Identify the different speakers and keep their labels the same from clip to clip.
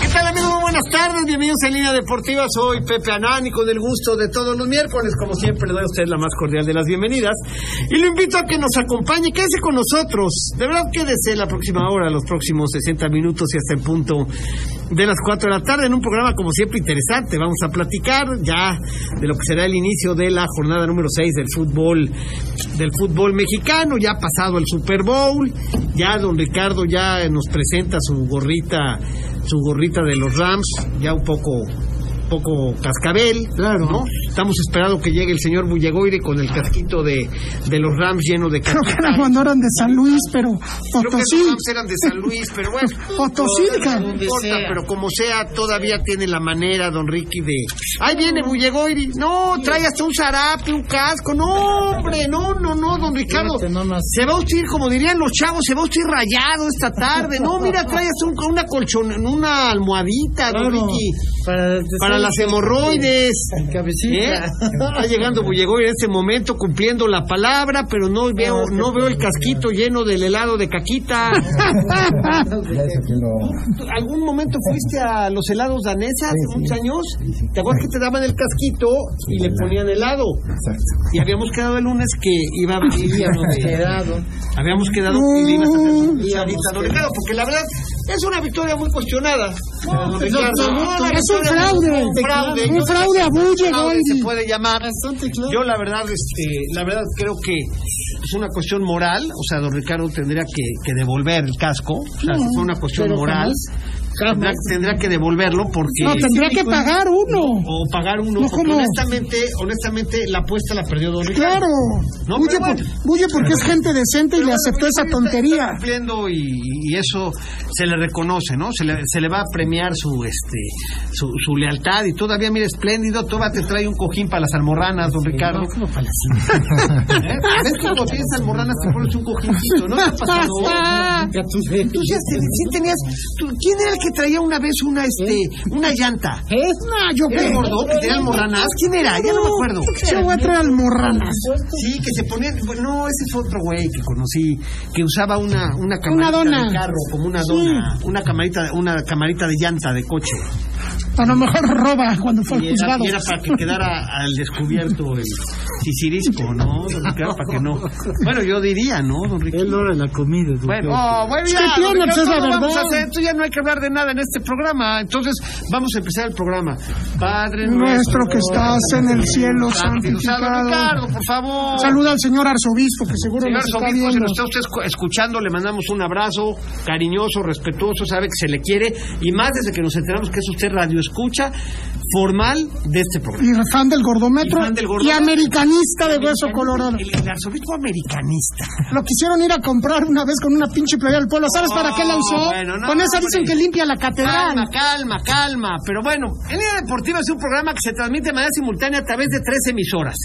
Speaker 1: ¿Qué tal amigos? Muy buenas tardes, bienvenidos a Línea Deportiva, soy Pepe Anán y con el gusto de todos los miércoles, como siempre, le doy a usted la más cordial de las bienvenidas y lo invito a que nos acompañe, quédese con nosotros, de verdad quédese la próxima hora, los próximos 60 minutos y hasta el punto de las 4 de la tarde en un programa como siempre interesante, vamos a platicar ya de lo que será el inicio de la jornada número 6 del fútbol del fútbol mexicano, ya pasado el Super Bowl, ya don Ricardo ya nos presenta su gorrita su gorrita de los Rams, ya un poco poco cascabel, claro, ¿no? Estamos esperando que llegue el señor Bullegoire con el casquito de, de los Rams lleno de
Speaker 2: Creo que
Speaker 1: casquita.
Speaker 2: era cuando eran de San Luis, pero
Speaker 1: Creo que
Speaker 2: Potosí.
Speaker 1: los Rams eran de San Luis, pero bueno.
Speaker 2: Potosí,
Speaker 1: no, no
Speaker 2: cara.
Speaker 1: importa, pero como sea, todavía tiene la manera, don Ricky, de... Ahí viene Bullegoiri. No, trae hasta un zarape, un casco. No, hombre, no, no, no, don Ricardo. Se va a usted, como dirían los chavos, se va a usted rayado esta tarde. No, mira, trae hasta un- una colchón, una almohadita, don
Speaker 2: Claro.
Speaker 1: Ricky. Para las hemorroides. ¿Eh? Está llegando Bullegoy en este momento cumpliendo la palabra, pero no veo, no veo el casquito lleno del helado de caquita. ¿Algún momento fuiste a los helados danesas hace muchos años? ¿Te acuerdas que te daban el casquito y le ponían helado? Y habíamos quedado el lunes que iba a venir. y a donde- Habíamos quedado que le ibas a hacer una picadita, don Ricardo, porque la verdad es una victoria muy cuestionada. don Ricardo. Una
Speaker 2: Es un
Speaker 1: victoria
Speaker 2: fraude.
Speaker 1: muy- Un fraude. Yo
Speaker 2: Un fraude a Bulle,
Speaker 1: fraude se
Speaker 2: Goiri.
Speaker 1: puede llamar. Yo la verdad, este, la verdad creo que es una cuestión moral, o sea, don Ricardo tendría que, que devolver el casco, o sea, fue una cuestión
Speaker 2: pero
Speaker 1: moral, tendrá, tendrá que devolverlo porque pues,
Speaker 2: No, tendría que pagar uno.
Speaker 1: o pagar uno,
Speaker 2: No,
Speaker 1: porque
Speaker 2: ¿cómo?
Speaker 1: honestamente, honestamente la apuesta la perdió don Ricardo.
Speaker 2: Claro.
Speaker 1: No,
Speaker 2: Bulle,
Speaker 1: pero
Speaker 2: por-
Speaker 1: bueno.
Speaker 2: Bulle porque es gente decente y le aceptó esa tontería.
Speaker 1: Está cumpliendo y, y eso se le reconoce, ¿no? Se le, se le va a premiar su este su, su lealtad y todavía, mira, espléndido, todavía te trae un cojín para las almorranas, don Ricardo. ¿Eh? ¿Ves cómo tienes almorranas te pones un cojincito, no? ¿Qué pasó? Tú ya te- sí tenías... tú- ¿Quién era el que traía una vez una este una llanta?
Speaker 2: ¿Eh? No, yo
Speaker 1: ¿Era el
Speaker 2: creo.
Speaker 1: gordo que tenía almorranas? ¿Quién era? Ya no me acuerdo.
Speaker 2: Yo voy a traer almorranas.
Speaker 1: Sí, que se ponía. No, ese fue otro güey que conocí, que usaba una, una camarita
Speaker 2: dona.
Speaker 1: de carro, como una dona, una camarita, una camarita de llanta de coche.
Speaker 2: A lo mejor roba cuando fue al
Speaker 1: Y era,
Speaker 2: juzgado.
Speaker 1: y era para que quedara al descubierto el sicirisco, ¿no? Don Ricardo, para que no. Bueno, yo diría, ¿no, don Ricardo? Él hora de la comida. Bueno, oh, bueno,
Speaker 2: Es
Speaker 1: ya,
Speaker 2: que
Speaker 1: don
Speaker 2: tiene,
Speaker 1: Ricardo,
Speaker 2: pues, es la
Speaker 1: ¿qué vamos a
Speaker 2: verdad.
Speaker 1: hacer? Tú ya no hay que hablar de nada en este programa. Entonces, vamos a empezar el programa. Padre
Speaker 2: Nuestro que estás en el cielo,
Speaker 1: santificado. Ricardo,
Speaker 2: santificado.
Speaker 1: por favor.
Speaker 2: Saluda al señor arzobispo, que seguro
Speaker 1: Señor
Speaker 2: nos está
Speaker 1: arzobispo, si
Speaker 2: viendo.
Speaker 1: nos está usted escu- escuchando, le mandamos un abrazo cariñoso, respetuoso, sabe que se le quiere y más desde que nos enteramos que es usted radio escucha formal de este programa.
Speaker 2: Y fan del gordometro
Speaker 1: Y fan del
Speaker 2: y
Speaker 1: gordometro.
Speaker 2: americanista de hueso colorado.
Speaker 1: El, el arzobispo americanista.
Speaker 2: Lo quisieron ir a comprar una vez con una pinche playera del pueblo. ¿Sabes para qué la usó?
Speaker 1: No, bueno, no,
Speaker 2: con esa dicen
Speaker 1: hombre. Ah,
Speaker 2: que limpia la catedral.
Speaker 1: Calma, calma, calma. Pero bueno, En Línea Deportiva es un programa que se transmite de manera simultánea a través de tres emisoras.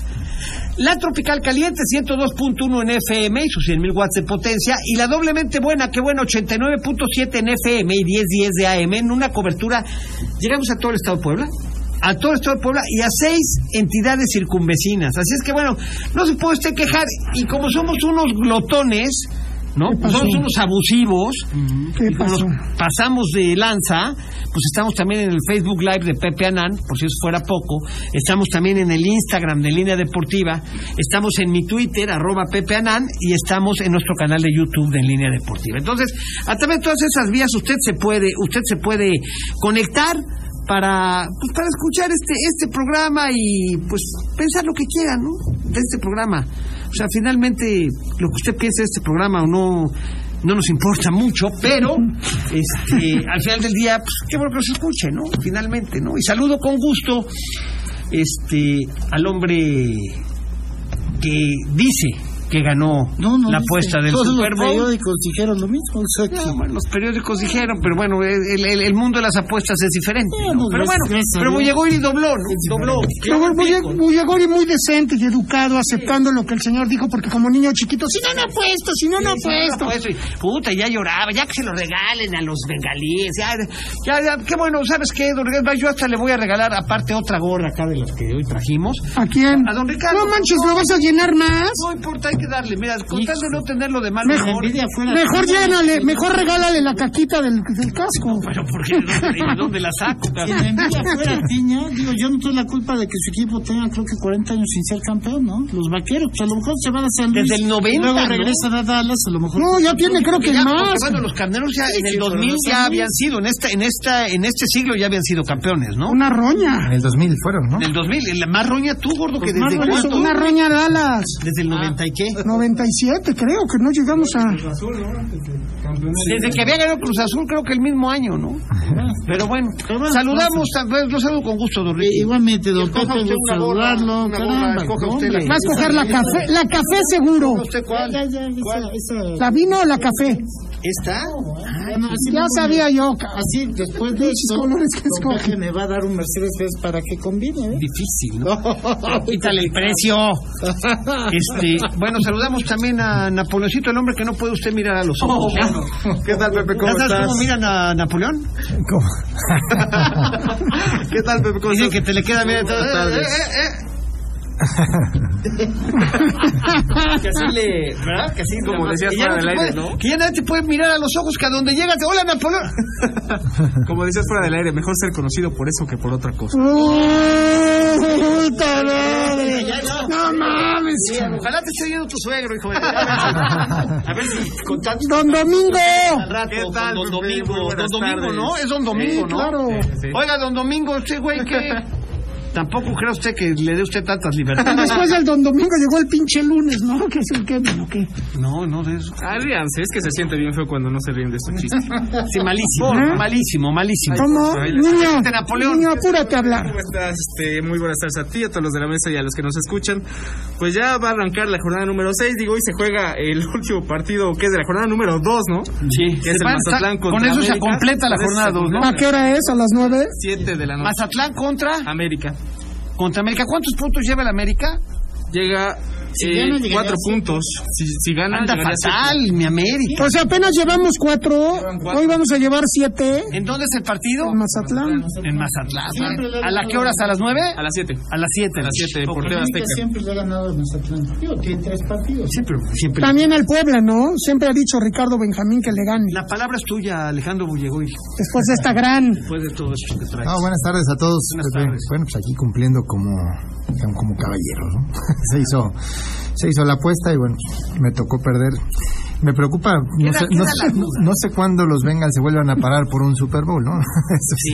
Speaker 1: La Tropical Caliente, 102.1 en FM y sus 100.000 watts de potencia. Y la doblemente buena, que buena, 89.7 en FM y 10.10 de AM en una cobertura. Llegamos a todo el estado de Puebla. A todo el estado de Puebla y a seis entidades circunvecinas. Así es que bueno, no se puede usted quejar. Y como somos unos glotones, ¿no?
Speaker 2: ¿Qué pasó?
Speaker 1: Somos unos abusivos.
Speaker 2: ¿Qué
Speaker 1: Y como
Speaker 2: pasó?
Speaker 1: nos pasamos de lanza, pues estamos también en el Facebook Live de Pepe Anán, por si eso fuera poco, estamos también en el Instagram de Línea Deportiva, estamos en mi Twitter, arroba Pepe Anán, y estamos en nuestro canal de YouTube de Línea Deportiva. Entonces, a través de todas esas vías usted se puede, usted se puede conectar para, pues, para escuchar este, este programa y pues pensar lo que quiera, ¿no? De este programa. O sea, finalmente lo que usted piense de este programa o no no nos importa mucho, pero este, al final del día, pues, qué bueno que nos escuche, ¿no? Finalmente, ¿no? Y saludo con gusto este, al hombre que dice que ganó
Speaker 2: No, no,
Speaker 1: la
Speaker 2: viste.
Speaker 1: apuesta del
Speaker 2: Todos
Speaker 1: Super
Speaker 2: los
Speaker 1: Bowl.
Speaker 2: periódicos dijeron lo mismo. exacto.
Speaker 1: No, bueno, los periódicos dijeron, pero bueno, el, el- el mundo de las apuestas es diferente.
Speaker 2: Bueno,
Speaker 1: ¿no? Pero
Speaker 2: gracias,
Speaker 1: bueno,
Speaker 2: gracias a
Speaker 1: pero
Speaker 2: Dios.
Speaker 1: Bullagori dobló, ¿no? dobló.
Speaker 2: Pero bueno, Bulla- Bullagori muy decente y educado, aceptando lo que el señor dijo, porque como niño chiquito, si no, no apuesto, si no, no apuesto.
Speaker 1: Pues, y, puta, ya lloraba, ya que se lo regalen a los bengalíes. Ya, ya, ya, qué bueno, ¿sabes qué, don Ricardo? Yo hasta le voy a regalar, aparte, otra gorra acá de las que hoy trajimos.
Speaker 2: ¿A quién?
Speaker 1: A don Ricardo.
Speaker 2: No manches, ¿lo vas a llenar más?
Speaker 1: No importa, hay que darle. Mira, con tal de no tenerlo de mal
Speaker 2: Mejor,
Speaker 1: humor.
Speaker 2: mejor llénale, mejor regálale la caquita del, del casco.
Speaker 1: Pero, ¿por qué? ¿Dónde, de dónde la saco?
Speaker 3: Si la envidia fuera tiña, digo, yo no tengo la culpa de que su equipo tenga creo que 40 años sin ser campeón, ¿no? Los vaqueros, pues, a lo mejor se van a San Luis.
Speaker 1: Desde el 90,
Speaker 3: y Luego
Speaker 1: ¿no?
Speaker 3: regresan a Dallas, a lo mejor.
Speaker 2: No, ya tiene creo que
Speaker 1: Ya,
Speaker 2: más.
Speaker 1: porque, bueno, los carneros ya en el
Speaker 3: sí,
Speaker 1: 2000
Speaker 3: pero no
Speaker 1: ya
Speaker 3: son
Speaker 1: habían sido, en esta, en esta, en este siglo ya habían sido campeones, ¿no?
Speaker 2: Una roña.
Speaker 4: En el 2000 fueron, ¿no?
Speaker 1: En el 2000, la más roña tú, gordo, que
Speaker 2: Más
Speaker 1: desde
Speaker 2: roña,
Speaker 1: cuánto?
Speaker 2: una roña Dallas.
Speaker 1: Desde el 90 y qué?
Speaker 2: 97 creo que no llegamos a...
Speaker 1: Desde que había ganado Cruz Azul, creo que el mismo año, ¿no? Pero bueno, saludamos, también, los saludo con gusto, don Ricky.
Speaker 3: Igualmente, don
Speaker 1: Escoja
Speaker 3: Pepe,
Speaker 1: usted
Speaker 3: gusto
Speaker 1: una gorra,
Speaker 3: saludarlo.
Speaker 1: una gorra,
Speaker 3: Caramba,
Speaker 1: escoja
Speaker 3: no,
Speaker 1: usted la
Speaker 3: hombre.
Speaker 2: Va a escoger la café, la café seguro.
Speaker 1: ¿Usted cuál?
Speaker 3: Ya, ya, esa- esa-
Speaker 2: ¿La vino o la café?
Speaker 1: ¿Esta?
Speaker 3: Ah, no, así
Speaker 2: Ya
Speaker 3: me-
Speaker 2: sabía yo. ca-
Speaker 3: Así, después de
Speaker 2: Pinches
Speaker 3: esto,
Speaker 2: colores que
Speaker 3: don
Speaker 2: escoge.
Speaker 3: Pepe me va a dar un Mercedes Benz para que combine, ¿eh?
Speaker 1: Difícil, ¿no? Quítale el precio. Este, bueno, saludamos también a Napoleoncito, el hombre que no puede usted mirar a los ojos. ¿eh?
Speaker 4: ¿Qué tal, Pepe?
Speaker 1: ¿Ya sabes cómo miran a Napoleón?
Speaker 4: ¿Qué tal, Pepe? ¿Cómo
Speaker 1: Dicen que te le queda bien. entonces,
Speaker 4: Buenas tardes.
Speaker 1: que así le, ¿verdad? Que así
Speaker 4: Como decías
Speaker 1: que ya no
Speaker 4: fuera del
Speaker 1: te
Speaker 4: aire,
Speaker 1: puede-
Speaker 4: ¿no?
Speaker 1: Que ya nadie te puede mirar a los ojos que a donde llegas, te- hola Napoleón.
Speaker 4: Como decías fuera del aire, mejor ser conocido por eso que por otra cosa.
Speaker 2: Puta madre. No mames.
Speaker 1: Ojalá te esté viendo tu suegro, hijo de A ver si con tanto
Speaker 2: Don Domingo.
Speaker 1: al rato,
Speaker 4: ¿Qué
Speaker 1: don-
Speaker 4: tal,
Speaker 1: don
Speaker 4: Pepe? Muy
Speaker 1: Domingo, don
Speaker 4: buenas
Speaker 1: Domingo,
Speaker 4: tardes.
Speaker 1: ¿no? Es don Domingo, ¿no?
Speaker 2: Claro.
Speaker 4: sí.
Speaker 1: Oiga, don Domingo, usted, güey, que tampoco cree usted que le dé usted tantas libertades.
Speaker 2: Después del Don Domingo llegó el pinche lunes, ¿no? Que es el que ¿o qué?
Speaker 1: No, no, de eso.
Speaker 4: Ah, ríanse, es que se siente bien feo cuando no se ríen de estos chistes.
Speaker 1: Sí, malísimo,
Speaker 4: ¿Eh?
Speaker 1: malísimo, malísimo.
Speaker 2: ¿Cómo? Niño,
Speaker 1: Este Napoleón.
Speaker 2: niño, apúrate a hablar.
Speaker 4: ¿Cómo estás? Este, muy buenas tardes a ti, a todos los de la mesa y a los que nos escuchan. Pues ya va a arrancar la jornada número 6, digo, hoy se juega el último partido que es de la jornada número 2, ¿no?
Speaker 1: Sí,
Speaker 4: Que es el
Speaker 1: van-
Speaker 4: Mazatlán
Speaker 1: con
Speaker 4: contra
Speaker 1: eso se
Speaker 4: América.
Speaker 1: completa la
Speaker 4: Con eso
Speaker 1: jornada
Speaker 4: se
Speaker 1: 2, ¿no?
Speaker 4: completa.
Speaker 2: ¿A qué hora es? ¿A las nueve?
Speaker 4: 7 de la noche.
Speaker 1: Mazatlán contra
Speaker 4: América.
Speaker 1: contra América. ¿Cuántos puntos lleva el América?
Speaker 4: Llega
Speaker 3: Si
Speaker 4: eh,
Speaker 3: gana, llegaría
Speaker 4: cuatro
Speaker 3: a siete.
Speaker 4: puntos. Si, si gana,
Speaker 1: Anda
Speaker 4: llegaría a siete.
Speaker 1: fatal, mi América.
Speaker 2: O
Speaker 4: Pues,
Speaker 2: sea, apenas llevamos cuatro.
Speaker 4: cuatro.
Speaker 2: Hoy vamos a llevar siete.
Speaker 1: ¿En dónde es el partido?
Speaker 2: En Mazatlán.
Speaker 1: En Mazatlán.
Speaker 3: Siempre le
Speaker 1: ¿A la
Speaker 3: digo-
Speaker 1: qué horas? ¿A las nueve?
Speaker 4: A las 7.
Speaker 1: A las siete.
Speaker 4: A las 7, por
Speaker 3: América
Speaker 4: TV Azteca.
Speaker 3: siempre le ha ganado a Mazatlán. Digo, tiene tres partidos.
Speaker 1: Sí, pero siempre.
Speaker 2: También al Puebla, ¿no? Siempre ha dicho Ricardo Benjamín que le gane.
Speaker 1: La palabra es tuya, Alejandro Bullegoy,
Speaker 2: Después de esta gran.
Speaker 1: después de todo esto que traes.
Speaker 5: No, Ah, buenas tardes a todos.
Speaker 1: Buenas
Speaker 5: Pepe.
Speaker 1: tardes.
Speaker 5: Bueno, pues aquí cumpliendo como, digamos, como caballero, ¿no? se, hizo, se hizo la apuesta y bueno, me tocó perder. Me preocupa, no sé, no, sé- no sé cuándo los Bengals se vuelvan a parar por un Super Bowl, ¿no? Eso sí.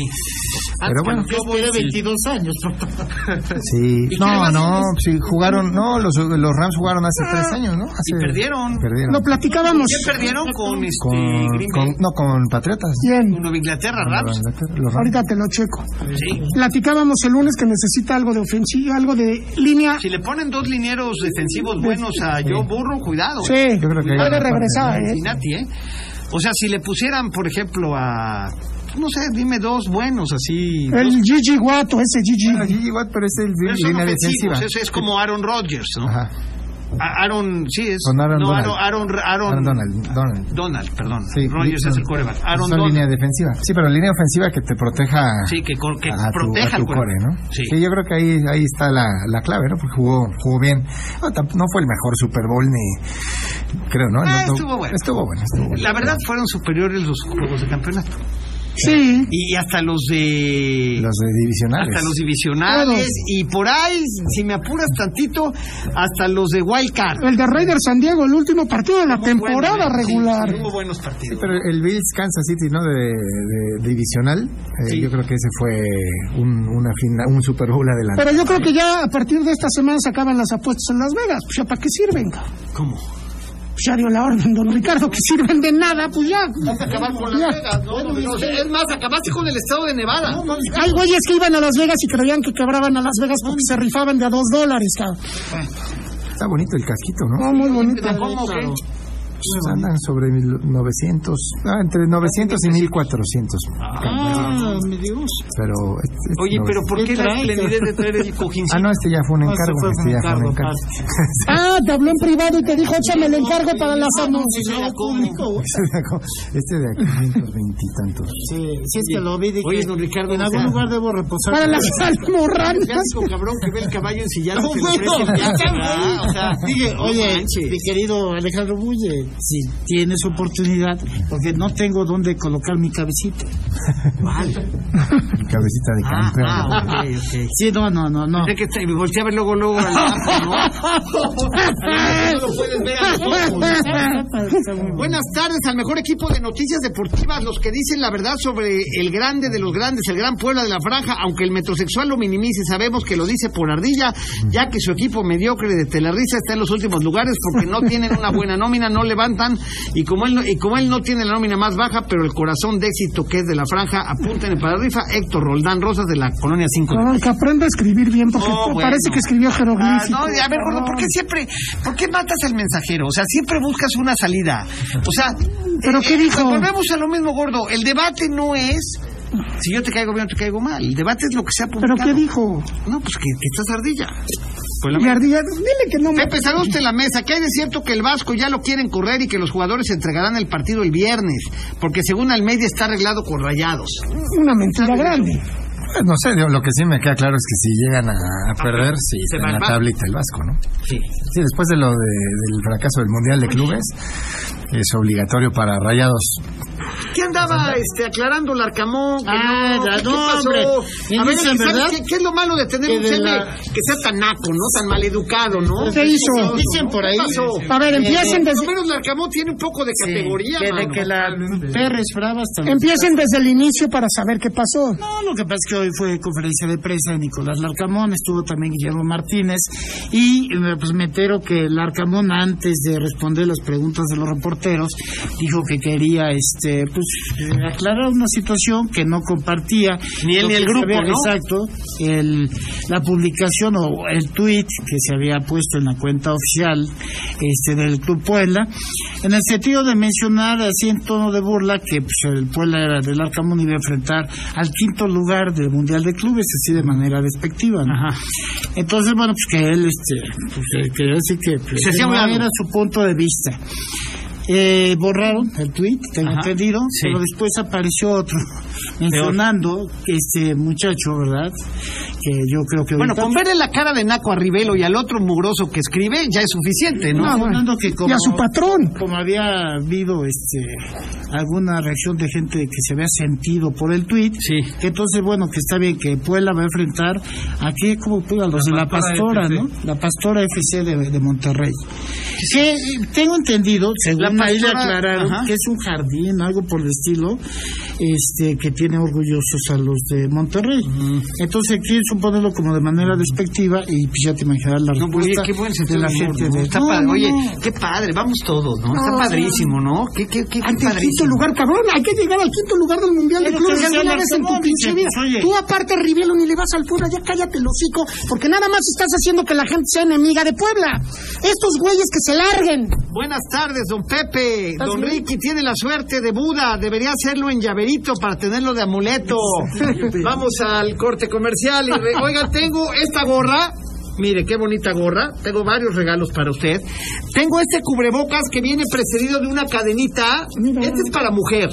Speaker 1: Ah,
Speaker 5: Pero bueno,
Speaker 3: Yo voy de 22 años, papá.
Speaker 5: sí. No, no, sí, jugaron, no, los, los Rams jugaron hace tres años, ¿no? Hace-
Speaker 1: Ah, Y perdieron.
Speaker 5: Perdieron.
Speaker 2: Lo platicábamos.
Speaker 1: ¿Quién perdieron con este
Speaker 5: Con,
Speaker 1: Green
Speaker 5: con-
Speaker 1: Bay?
Speaker 5: no, con Patriotas.
Speaker 1: Con
Speaker 2: Bien.
Speaker 1: Nueva Inglaterra, Rams?
Speaker 5: Los Rams.
Speaker 2: Ahorita te lo checo.
Speaker 1: Sí.
Speaker 2: Platicábamos el lunes que necesita algo de ofensiva, algo de línea.
Speaker 1: Si le ponen dos linieros defensivos buenos a Joe Burrow, cuidado.
Speaker 2: Sí,
Speaker 1: eh.
Speaker 5: Yo creo que ahí
Speaker 2: puede
Speaker 5: van a
Speaker 2: regresar. ¿eh?
Speaker 1: Cincinnati, ¿eh? O sea, si le pusieran, por ejemplo, a. No sé, dime dos buenos así.
Speaker 2: El Gigi Guato, ese
Speaker 5: Ah,
Speaker 2: Gigi.
Speaker 5: Gigi Watt, pero es el
Speaker 1: Pero
Speaker 5: de-
Speaker 1: son
Speaker 5: línea
Speaker 1: ofensivos,
Speaker 5: defensiva.
Speaker 1: eso es como Aaron Rodgers, ¿no?
Speaker 5: Ajá.
Speaker 1: A- Aaron, sí, es.
Speaker 5: Con Aaron
Speaker 1: no,
Speaker 5: Donald.
Speaker 1: Aaron, Aaron,
Speaker 5: Aaron
Speaker 1: Aaron Donald.
Speaker 5: Donald. Donald.
Speaker 1: perdón.
Speaker 5: Sí,
Speaker 1: Rodgers
Speaker 5: Nixon.
Speaker 1: es el coreback. Aaron
Speaker 5: Son
Speaker 1: Donald.
Speaker 5: línea defensiva. Sí, pero línea ofensiva que te proteja
Speaker 1: Sí, que, cor- que
Speaker 5: a, tu,
Speaker 1: proteja
Speaker 5: a
Speaker 1: al
Speaker 5: tu core,
Speaker 1: coreback.
Speaker 5: ¿no?
Speaker 1: Sí.
Speaker 5: yo creo que ahí, ahí está la, la clave, ¿no? Porque jugó, jugó bien. No, tamp- no fue el mejor Super Bowl ni... Creo, ¿no?
Speaker 1: Ah,
Speaker 5: No, no-
Speaker 1: estuvo bueno.
Speaker 5: Estuvo bueno, estuvo bueno.
Speaker 1: La verdad fueron superiores los juegos de campeonato.
Speaker 2: Sí.
Speaker 1: Y hasta los de.
Speaker 5: Los de divisionales.
Speaker 1: hasta los divisionales. Y por ahí, si me apuras tantito, hasta los de Wild Card.
Speaker 2: El de Raiders San Diego, el último partido de la temporada
Speaker 1: Bueno, eh, sí,
Speaker 2: regular.
Speaker 1: sí, hubo buenos
Speaker 5: Sí,
Speaker 1: partidos.
Speaker 5: pero el Bills Kansas City, ¿no? De, de- divisional. eh,
Speaker 1: Sí.
Speaker 5: Yo creo que ese fue un, una fina- un Super Bowl adelante.
Speaker 2: Pero yo creo que ya a partir de esta semana se acaban las apuestas en Las Vegas. Pues ya, ¿para qué sirven? cabrón?
Speaker 1: ¿Cómo?
Speaker 2: Pues ya dio la orden, don Ricardo, que sirven de nada, pues ya.
Speaker 1: Acabar con Las
Speaker 2: Ya.
Speaker 1: Vegas, ¿no? No, no, Es más, acabaste con el estado de Nevada.
Speaker 2: Hay güeyes que iban a Las Vegas y creían que quebraban a Las Vegas porque se rifaban de a dos dólares, cabrón.
Speaker 5: Está bonito el casquito, ¿no?
Speaker 2: Oh, muy bonito.
Speaker 3: Claro.
Speaker 5: Pues andan sobre mil 900, ah, entre 900 y 1400.
Speaker 3: Ah, mi Dios.
Speaker 5: Pero. este- este
Speaker 6: Oye,
Speaker 5: no
Speaker 6: pero
Speaker 5: es-
Speaker 6: ¿por qué la
Speaker 3: traes?
Speaker 6: esplendidez de traer el cojincito?
Speaker 5: Ah, no, este ya fue un encargo.
Speaker 3: fue
Speaker 5: este ya fue un encargo.
Speaker 2: Ah, te habló en privado y te dijo, échame el encargo para las
Speaker 3: Ah, no, si
Speaker 2: anuncios.
Speaker 3: no, conmigo, güey.
Speaker 5: Este de acá, este de acá, 520 y tantos.
Speaker 3: Sí, sí, te lo vi. dije,
Speaker 1: Oye, don Ricardo,
Speaker 3: En
Speaker 1: no
Speaker 3: algún
Speaker 1: sea-
Speaker 3: lugar debo reposar.
Speaker 2: Para las
Speaker 1: El
Speaker 2: almorranas.
Speaker 1: clásico cabrón que ve el caballo ensillado.
Speaker 3: No,
Speaker 1: que le
Speaker 3: bueno,
Speaker 1: ofrece
Speaker 3: ya
Speaker 1: plata,
Speaker 3: está,
Speaker 1: ¿verdad? Ah, O sea,
Speaker 3: Dije,
Speaker 1: no
Speaker 3: oye,
Speaker 1: manches.
Speaker 3: mi querido Alejandro Bulle, si tienes oportunidad, porque no tengo dónde colocar mi cabecita.
Speaker 5: Mi cabecita de campeón.
Speaker 3: Ah, ok, ok. Sí, no, no, no, no.
Speaker 1: Es que te voltea a ver luego, luego al mapa, ¿no? A lo mejor no lo puedes ver a los ojos. Buenas tardes al mejor equipo de noticias deportivas, los que dicen la verdad sobre el grande de los grandes, el gran Puebla de la Franja, aunque el metrosexual lo minimice, sabemos que lo dice por ardilla, ya que su equipo mediocre de Telarriza está en los últimos lugares porque no tienen una buena nómina, no levantan, y como él no, y como él no tiene la nómina más baja, pero el corazón de éxito que es de la Franja, apunten para la rifa Héctor Roldán Rosas de la Colonia 5 de
Speaker 2: No, que aprenda a escribir bien, porque
Speaker 1: No, bueno.
Speaker 2: parece que escribió
Speaker 1: Ah,
Speaker 2: jeroglífico.
Speaker 1: no, a ver, gordo, ¿por qué siempre, por qué matas al mensajero? O sea, siempre buscas una salida. O sea, eh,
Speaker 2: ¿Pero qué dijo?
Speaker 1: volvemos a lo mismo, gordo. El debate no es si yo te caigo bien o te caigo mal. El debate es lo que se ha
Speaker 2: ¿Pero
Speaker 1: publicado.
Speaker 2: qué dijo?
Speaker 1: No, pues que, que estás ardilla. Pues la-
Speaker 2: Gardilla, dile que no me...
Speaker 1: Pepe, saludos de la mesa. Que hay de cierto que el Vasco ya lo quieren correr y que los jugadores entregarán el partido el viernes? Porque según Almeida está arreglado con rayados.
Speaker 2: Una mentira grande.
Speaker 5: Pues No sé, digo, lo que sí me queda claro es que si llegan a, a perder, sí,
Speaker 1: se
Speaker 5: está
Speaker 1: va el
Speaker 5: en la
Speaker 1: Vasco.
Speaker 5: tablita el Vasco, ¿no?
Speaker 1: Sí.
Speaker 5: Sí, después de lo de- del fracaso del Mundial de Clubes, es obligatorio para Rayados.
Speaker 1: ¿Qué andaba este, aclarando el arcamón? Que
Speaker 3: Ah,
Speaker 1: no,
Speaker 3: ya,
Speaker 1: ¿qué,
Speaker 3: no,
Speaker 1: pasó?
Speaker 3: hombre. Y
Speaker 1: A ver,
Speaker 3: dicen,
Speaker 1: ¿sabes
Speaker 3: ¿verdad?
Speaker 1: qué, qué es lo malo de tener
Speaker 3: Que
Speaker 1: un
Speaker 3: de
Speaker 1: jefe
Speaker 3: la-
Speaker 1: que sea tan naco, ¿no? Tan maleducado, ¿no?
Speaker 2: ¿Qué hizo?
Speaker 3: Dicen por ahí.
Speaker 1: ¿Qué pasó?
Speaker 2: A
Speaker 3: Eh,
Speaker 2: ver, empiecen
Speaker 1: Por lo
Speaker 2: desde,
Speaker 1: menos el arcamón tiene un poco de categoría,
Speaker 3: que, de
Speaker 1: mano.
Speaker 3: que la Pérez Brava hasta la-
Speaker 2: empiecen desde el inicio para saber qué pasó.
Speaker 3: No, lo que pasa es que hoy fue conferencia de prensa de Nicolás Larcamón, estuvo también Guillermo Martínez y eh, pues me entero que Larcamón antes de responder las preguntas de los reporteros dijo que quería este pues eh, aclarar una situación que no compartía
Speaker 1: Ni él
Speaker 3: Lo
Speaker 1: ni el
Speaker 3: que se
Speaker 1: grupo,
Speaker 3: había-
Speaker 1: ¿no?
Speaker 3: Exacto, el, la publicación o el tweet que se había puesto en la cuenta oficial este del Club Puebla, en el sentido de mencionar así en tono de burla que pues, el Puebla era del Arcamón y iba a enfrentar al quinto lugar del Mundial de Clubes, así de manera despectiva. ¿no? Entonces, bueno, pues que él, este, pues, eh, que así que pues,
Speaker 1: Se hacía un
Speaker 3: no
Speaker 1: lado.
Speaker 3: era su punto de vista. Eh, borraron el tweet, tengo
Speaker 1: Ajá,
Speaker 3: entendido,
Speaker 1: sí.
Speaker 3: pero después apareció otro mencionando este muchacho, ¿verdad? Que yo creo que
Speaker 1: Bueno,
Speaker 3: ahorita-
Speaker 1: con verle la cara de naco a Rivelo y al otro mugroso que escribe, ya es suficiente, ¿no?
Speaker 3: Ah, mencionando que como,
Speaker 2: Y a su patrón.
Speaker 3: como había habido este alguna reacción de gente que se había sentido por el tweet,
Speaker 1: Sí.
Speaker 3: que entonces bueno que está bien que Puebla va a enfrentar a qué como Puebla los de la Pastora, ¿no? La Pastora FC de, de Monterrey. Que eh, tengo entendido, según
Speaker 1: La
Speaker 3: ahí le
Speaker 1: Pastora,
Speaker 3: aclararon,
Speaker 1: ajá.
Speaker 3: que es un jardín, algo por el estilo, este que tiene orgullosos a los de Monterrey. Entonces quieren suponerlo como de manera despectiva y pues, ya te imaginarás la
Speaker 1: No, pues, oye,
Speaker 3: respuesta
Speaker 1: qué buen
Speaker 3: de
Speaker 1: sentido
Speaker 3: la
Speaker 1: del humor,
Speaker 3: gente
Speaker 1: ¿no?
Speaker 3: de
Speaker 1: Está
Speaker 3: No,
Speaker 1: padre.
Speaker 3: no,
Speaker 1: Oye,
Speaker 3: no.
Speaker 1: qué padre, vamos todos, ¿no? Está padrísimo, ¿no? Qué, qué, qué, qué
Speaker 2: Ante el quinto
Speaker 1: padrísimo.
Speaker 2: lugar, cabrón. Hay que llegar al quinto lugar del Mundial de
Speaker 3: Pero
Speaker 2: Clubes
Speaker 3: que sea
Speaker 2: alguna
Speaker 3: el
Speaker 2: vez en tu
Speaker 3: Arsenal,
Speaker 2: pinche
Speaker 3: dice,
Speaker 2: vida.
Speaker 3: pues, oye.
Speaker 2: Tú aparte, Rivelo, ni le vas al Puebla. Ya cállate el hocico, porque nada más estás haciendo que la gente sea enemiga de Puebla. Estos güeyes que se larguen.
Speaker 1: Buenas tardes, don Pepe.
Speaker 2: ¿Estás
Speaker 1: Don
Speaker 2: bien?
Speaker 1: Ricky tiene la suerte de Buda. Debería hacerlo en llaverito para tenerlo de amuleto. Vamos al corte comercial. y re- Oiga, tengo esta gorra. Mire, qué bonita gorra. Tengo varios regalos para usted. Tengo este cubrebocas que viene precedido de una cadenita.
Speaker 2: Mira.
Speaker 1: Este es para mujer.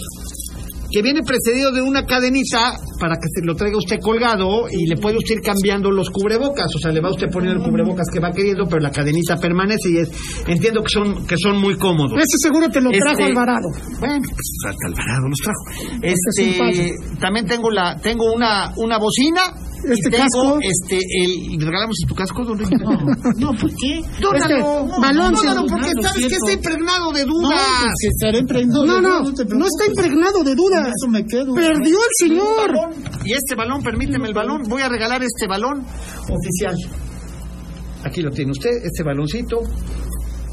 Speaker 1: Que viene precedido de una cadenita para que se lo traiga usted colgado y le puede usted ir cambiando los cubrebocas. O sea, le va usted poniendo el cubrebocas que va queriendo, pero la cadenita permanece y es. Entiendo que son, que son muy cómodos.
Speaker 2: Ese seguro te lo trajo
Speaker 1: Este-
Speaker 2: Alvarado.
Speaker 1: Bueno, pues hasta Alvarado los trajo.
Speaker 2: es un
Speaker 1: Este, también tengo la, tengo una, una bocina. y
Speaker 2: Este
Speaker 1: tengo,
Speaker 2: casco.
Speaker 1: Este, el, ¿y regalamos tu casco, don Ricky?
Speaker 3: No,
Speaker 1: No,
Speaker 3: ¿por qué?
Speaker 1: dónalo,
Speaker 2: Este, balón,
Speaker 1: dónalo,
Speaker 2: sí,
Speaker 1: porque
Speaker 3: lo
Speaker 1: sabes que
Speaker 3: siento.
Speaker 1: está impregnado de
Speaker 3: No,
Speaker 1: dudas.
Speaker 3: pues, estaré emprendiendo.
Speaker 2: No, no,
Speaker 3: te
Speaker 2: no
Speaker 3: preocupes.
Speaker 2: está impregnado de dudas.
Speaker 3: Con eso me quedo.
Speaker 2: Perdió el señor.
Speaker 1: Y este balón, permíteme el balón, voy a regalar este balón oficial. Aquí lo tiene usted, este baloncito,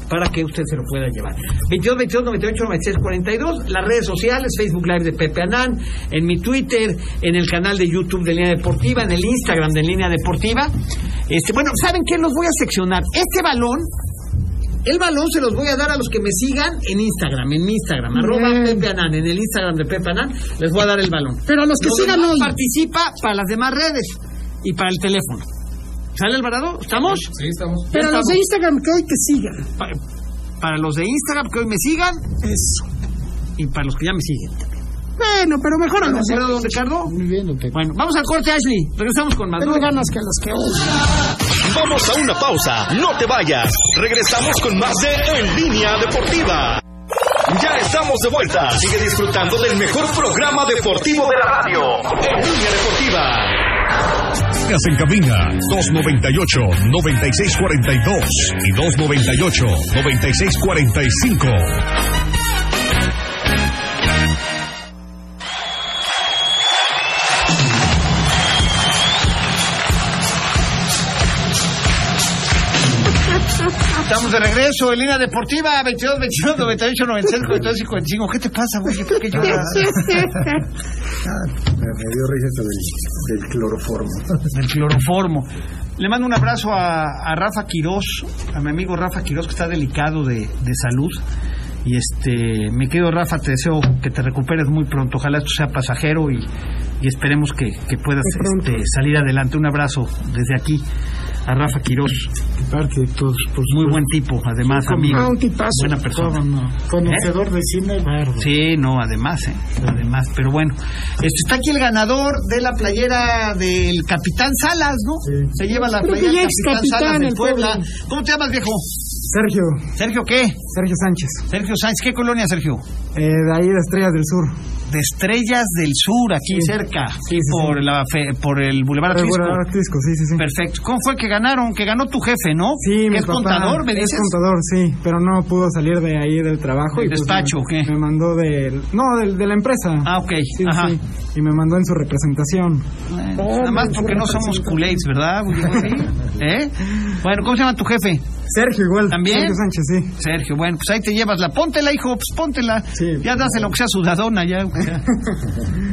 Speaker 1: para que usted se lo pueda llevar. 22, 22, 98, 96, 42, las redes sociales, Facebook Live de Pepe Anán, en mi Twitter, en el canal de YouTube de Línea Deportiva, en el Instagram de Línea Deportiva. Este, bueno, ¿saben qué? Los voy a seccionar. Este balón El balón se los voy a dar a los que me sigan en Instagram, en mi Instagram, arroba Pepe Anán, en el Instagram de Pepe Anán, les voy a dar el balón.
Speaker 2: Pero a los que
Speaker 1: Lo
Speaker 2: sigan
Speaker 1: demás
Speaker 2: hoy.
Speaker 1: Participa para las demás redes y para el teléfono. ¿Sale Alvarado? ¿Estamos?
Speaker 4: Sí, estamos.
Speaker 2: Pero a los de Instagram que hoy que sigan.
Speaker 1: Pa- para los de Instagram que hoy me sigan. Eso. Y para los que ya me siguen.
Speaker 2: Bueno, pero mejor a los de...
Speaker 1: ¿Recuerdo, don Ricardo?
Speaker 3: Muy bien, don Pepe.
Speaker 1: Bueno, vamos al corte, Ashley. Regresamos con más.
Speaker 2: Tengo
Speaker 1: ¿no?
Speaker 2: ganas que a los que hoy.
Speaker 7: Vamos a una pausa, no te vayas. Regresamos con más de En Línea Deportiva. Ya estamos de vuelta. Sigue disfrutando del mejor programa deportivo de la radio. En Línea Deportiva.
Speaker 6: Marcas en cabina 298-9642 y 298-9645.
Speaker 1: Estamos de regreso en línea deportiva 22, 22, 98, 96, 42, 55. ¿Qué te pasa, güey? ¿Por qué lloras?
Speaker 5: Me dio risa esto del, del cloroformo.
Speaker 1: Del cloroformo. Le mando un abrazo a, a Rafa Quirós, a mi amigo Rafa Quirós, que está delicado de, de salud. Y este, mi querido Rafa, te deseo que te recuperes muy pronto. Ojalá esto sea pasajero y, y esperemos que, que puedas este, salir adelante. Un abrazo desde aquí a Rafa Quirós.
Speaker 3: Parte de todos, por
Speaker 1: Muy
Speaker 3: supuesto.
Speaker 1: buen tipo, además, amigo.
Speaker 2: Ah, un tipazo.
Speaker 1: Buena persona. ¿Eh?
Speaker 3: Cómo no. Conocedor de cine, bardo.
Speaker 1: Sí, no, además, ¿eh? además, pero bueno, Este, está aquí el ganador de la playera del Capitán Salas, ¿no? Se lleva la
Speaker 2: Creo que
Speaker 1: playera del
Speaker 2: ya es
Speaker 1: Capitán,
Speaker 2: capitán,
Speaker 1: Salas del
Speaker 2: el
Speaker 1: Puebla.
Speaker 2: pobre.
Speaker 1: ¿Cómo te llamas, viejo?
Speaker 5: Sergio,
Speaker 1: Sergio, ¿qué?
Speaker 5: Sergio Sánchez,
Speaker 1: Sergio Sánchez, ¿qué colonia, Sergio?
Speaker 5: de ahí de Estrellas del Sur.
Speaker 1: De Estrellas del Sur, aquí cerca,
Speaker 5: Sí, sí, sí.
Speaker 1: por la fe- por el Boulevard Atlisco.
Speaker 5: sí, sí, sí.
Speaker 1: Perfecto. ¿Cómo fue que ganaron? Que ganó tu jefe, ¿no?
Speaker 5: Sí,
Speaker 1: Que
Speaker 5: mi
Speaker 1: es
Speaker 5: papá
Speaker 1: contador, me
Speaker 5: es
Speaker 1: dices.
Speaker 5: contador, sí, pero no pudo salir de ahí del trabajo.
Speaker 1: ¿Del
Speaker 5: y pues
Speaker 1: despacho
Speaker 5: me-
Speaker 1: o qué?
Speaker 5: Me mandó del... No, del- de la empresa.
Speaker 1: Ah, ok.
Speaker 5: Sí,
Speaker 1: Ajá.
Speaker 5: sí. Y me mandó en su representación.
Speaker 1: Bueno, nada más porque no somos culés, ¿verdad? ¿Eh? Bueno, ¿cómo se llama tu jefe?
Speaker 5: Sergio igual.
Speaker 1: ¿También?
Speaker 5: Sergio Sánchez, sí.
Speaker 1: Sergio, bueno, pues ahí te llevas la. Póntela, hijo, pues póntela.
Speaker 5: Sí.
Speaker 1: ya dáselo que sea sudadona, ya. aunque sea.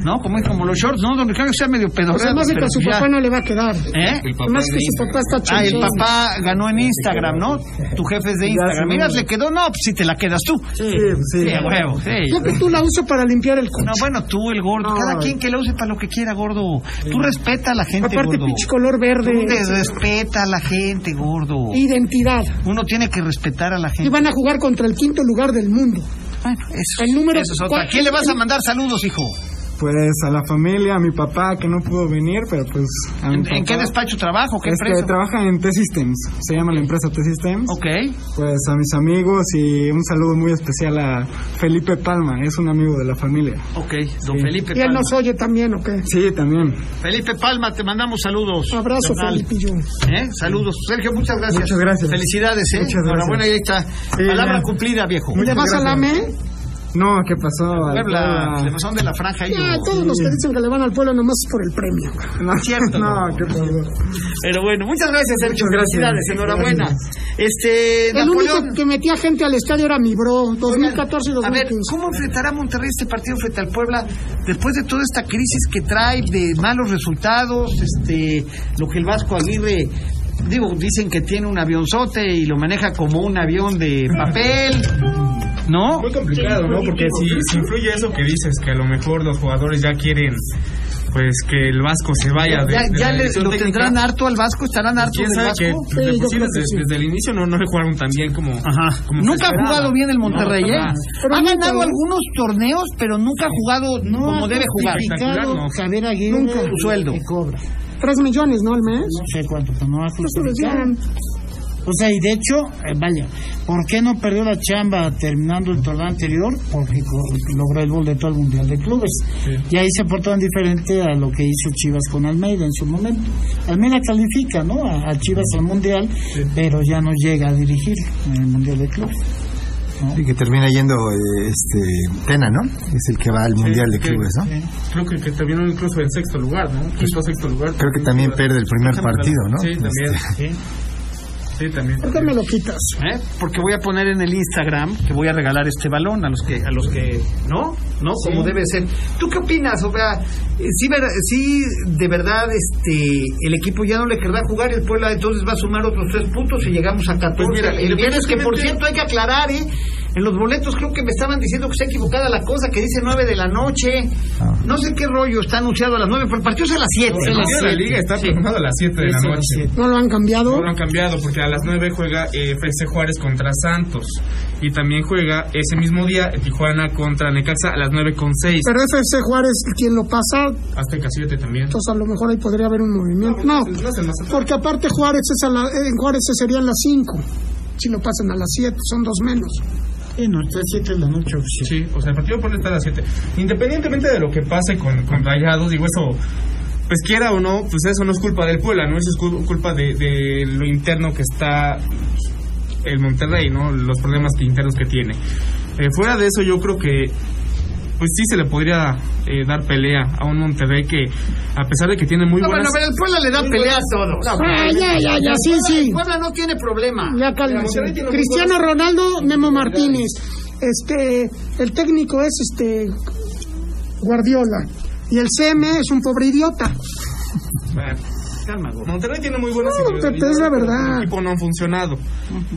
Speaker 1: ¿No? Como, como los shorts, ¿no? Don Ricardo que sea medio pedo.
Speaker 5: Pues
Speaker 2: Además de que a su papá no le va a quedar.
Speaker 1: ¿Eh?
Speaker 2: Además que su papá está
Speaker 1: Ah, el
Speaker 2: chingón.
Speaker 1: papá ganó en Instagram, ¿no? Tu jefe es de Instagram. Mira, le quedó, no, pues si te la quedas tú. Sí,
Speaker 5: pues sí.
Speaker 1: a huevo, sí.
Speaker 2: Yo que tú la uso para limpiar el coche.
Speaker 1: No, bueno, tú, el gordo. Cada quien que la use para lo que quiera, gordo. Tú respeta a la gente,
Speaker 2: Aparte,
Speaker 1: gordo.
Speaker 2: pinche color
Speaker 1: Tú te
Speaker 2: verde.
Speaker 1: respeta a la gente, gordo.
Speaker 2: Identidad.
Speaker 1: Uno tiene que respetar a la
Speaker 2: Y
Speaker 1: gente.
Speaker 2: van a jugar contra el quinto lugar del mundo.
Speaker 1: Bueno, eso,
Speaker 2: El número
Speaker 1: eso es otra.
Speaker 2: cuatro-
Speaker 1: ¿A quién le vas a mandar saludos, hijo?
Speaker 5: Pues a la familia, a mi papá que no pudo venir, pero pues a mi
Speaker 1: ¿En,
Speaker 5: papá.
Speaker 1: en qué despacho trabajo? ¿Qué
Speaker 5: Este,
Speaker 1: empresa?
Speaker 5: trabaja en T-Systems, se llama la empresa T-Systems.
Speaker 1: Ok.
Speaker 5: Pues a mis amigos y un saludo muy especial a Felipe Palma, es un amigo de la familia.
Speaker 1: Ok, don Felipe
Speaker 2: Y él
Speaker 1: Palma.
Speaker 2: nos oye también, ¿o qué?
Speaker 5: Sí, también.
Speaker 1: Felipe Palma, te mandamos saludos.
Speaker 2: Abrazo,
Speaker 1: carnal.
Speaker 2: Felipillo.
Speaker 1: ¿Eh? Saludos. Sergio, muchas gracias.
Speaker 5: Muchas gracias.
Speaker 1: Felicidades, ¿eh?
Speaker 5: Muchas gracias.
Speaker 1: Enhorabuena, y ahí está. Palabra
Speaker 5: ya.
Speaker 1: cumplida, viejo.
Speaker 2: ¿Le vas al AME?
Speaker 5: No, ¿qué pasó? Al
Speaker 1: Puebla,
Speaker 5: Puebla.
Speaker 1: le son de la franja ahí.
Speaker 2: Ya,
Speaker 1: o-
Speaker 2: todos los que dicen que le van al pueblo nomás es por el premio.
Speaker 5: No,
Speaker 1: cierto.
Speaker 5: No, ¿qué pasó?
Speaker 1: Pero bueno, muchas gracias, Sergio. Felicidades, enhorabuena. Este,
Speaker 2: El
Speaker 1: Napoleón.
Speaker 2: único que metía gente al estadio era mi bro, 2014 y
Speaker 1: A ver,
Speaker 2: 2015.
Speaker 1: ¿cómo enfrentará Monterrey este partido frente al Puebla después de toda esta crisis que trae de malos resultados? Este, lo que el Vasco Aguirre, digo, dicen que tiene un avionzote y lo maneja como un avión de papel, ¿no?
Speaker 4: Muy complicado, ¿no? Porque si, si influye eso que dices, que a lo mejor los jugadores ya quieren pues que el Vasco se vaya de,
Speaker 1: Ya,
Speaker 4: de
Speaker 1: ya
Speaker 4: la
Speaker 1: le-
Speaker 4: dirección
Speaker 1: lo
Speaker 4: técnica.
Speaker 1: tendrán harto al Vasco, estarán hartos
Speaker 4: ¿Quién
Speaker 1: del
Speaker 4: sabe
Speaker 1: Vasco.
Speaker 4: que de
Speaker 2: yo
Speaker 4: por sí
Speaker 2: creo
Speaker 4: desde,
Speaker 2: que sí.
Speaker 4: desde el inicio no, no le jugaron tan bien como... como se
Speaker 1: Nunca ha
Speaker 4: esperaba.
Speaker 1: jugado bien el Monterrey,
Speaker 4: No,
Speaker 1: ¿eh?
Speaker 4: jamás.
Speaker 2: Pero
Speaker 1: ha
Speaker 2: nunca,
Speaker 1: ganado
Speaker 2: ¿no?
Speaker 1: algunos torneos, pero nunca ha jugado como debe jugar.
Speaker 4: espectacular, ¿no?
Speaker 3: Javier Aguirre.
Speaker 1: Nunca tu sueldo.
Speaker 3: que cobra.
Speaker 2: Tres millones, ¿no? Al mes.
Speaker 3: No sé cuánto, pero no va a
Speaker 2: Pues se los dan.
Speaker 3: O sea, y de hecho, eh, vaya, ¿por qué no perdió la chamba terminando el torneo anterior? Porque co- logró el gol de todo el Mundial de Clubes. Y ahí se portaron diferente a lo que hizo Chivas con Almeida en su momento. Almeida califica, ¿no? A, a Chivas al Mundial, pero ya no llega a dirigir en el Mundial de Clubes.
Speaker 5: Y que termina yendo eh, este Tena, ¿no? Es el que va al Mundial de
Speaker 4: que-
Speaker 5: Clubes, ¿no?
Speaker 4: Creo que, que terminó incluso en sexto lugar, ¿no? Quinto o sexto lugar.
Speaker 5: Creo que también pierde el primer partido, ¿no? Este,
Speaker 4: Sí, también. Sí, sí también.
Speaker 2: ¿Por qué me lo quitas?
Speaker 1: ¿eh? porque voy a poner en el Instagram que voy a regalar este balón a los que a los que no ¿no? Como debe ser. ¿Tú qué opinas? O sea, eh, sí, ver- sí, de verdad, este, el equipo ya no le querrá jugar, el Puebla entonces va a sumar otros tres puntos y llegamos a 14.
Speaker 4: Pues mira,
Speaker 1: el viernes que, por
Speaker 4: independientemente-
Speaker 1: cierto, hay que aclarar, ¿eh? En los boletos creo que me estaban diciendo que está equivocada la cosa, que dice 9 de la noche. No sé qué rollo, está anunciado a las 9, pero el partido es a las 7.
Speaker 4: El partido de la liga está programado a las 7 de la noche.
Speaker 2: ¿No lo han cambiado?
Speaker 4: No lo han cambiado porque a las 9 juega eh, FC Juárez contra Santos y también juega ese mismo día eh, Tijuana contra Necaxa a las 9 con 6.
Speaker 2: Pero FC Juárez, quien lo pasa,
Speaker 4: Azteca 7 también.
Speaker 2: entonces a lo mejor ahí podría haber un movimiento. No,
Speaker 4: Pues no se nos hace-
Speaker 2: porque aparte Juárez es a la- en Juárez se serían las 5. Si lo pasan a las 7, son dos menos.
Speaker 3: Sí, no, está siete de la noche oficial.
Speaker 4: Sí, o sea, el partido por está a las 7. Independientemente de lo que pase con, con Rayados, digo eso, pues quiera o no, pues eso no es culpa del Puebla, ¿no? Eso es cul- culpa de, de lo interno que está el Monterrey, ¿no? Los problemas que- internos que tiene. Eh, fuera de eso, yo creo que pues sí se le podría eh, dar pelea a un Monterrey que, a pesar de que tiene muy
Speaker 1: No, bueno,
Speaker 4: buenas...
Speaker 1: pero el Puebla le da pelea a todos.
Speaker 2: Ah, ya, ya, ya, sí, sí.
Speaker 1: El Puebla no tiene problema.
Speaker 2: Ya cálmense.
Speaker 1: Monterrey tiene muy
Speaker 2: Cristiano Ronaldo, Memo Martínez. Este, el técnico es este Guardiola. Y el CM es un pobre idiota.
Speaker 4: Bueno, Monterrey tiene muy buenas
Speaker 2: No,
Speaker 4: individualidades,
Speaker 2: Pepe, es la
Speaker 4: pero
Speaker 2: verdad.
Speaker 4: como equipo no han funcionado.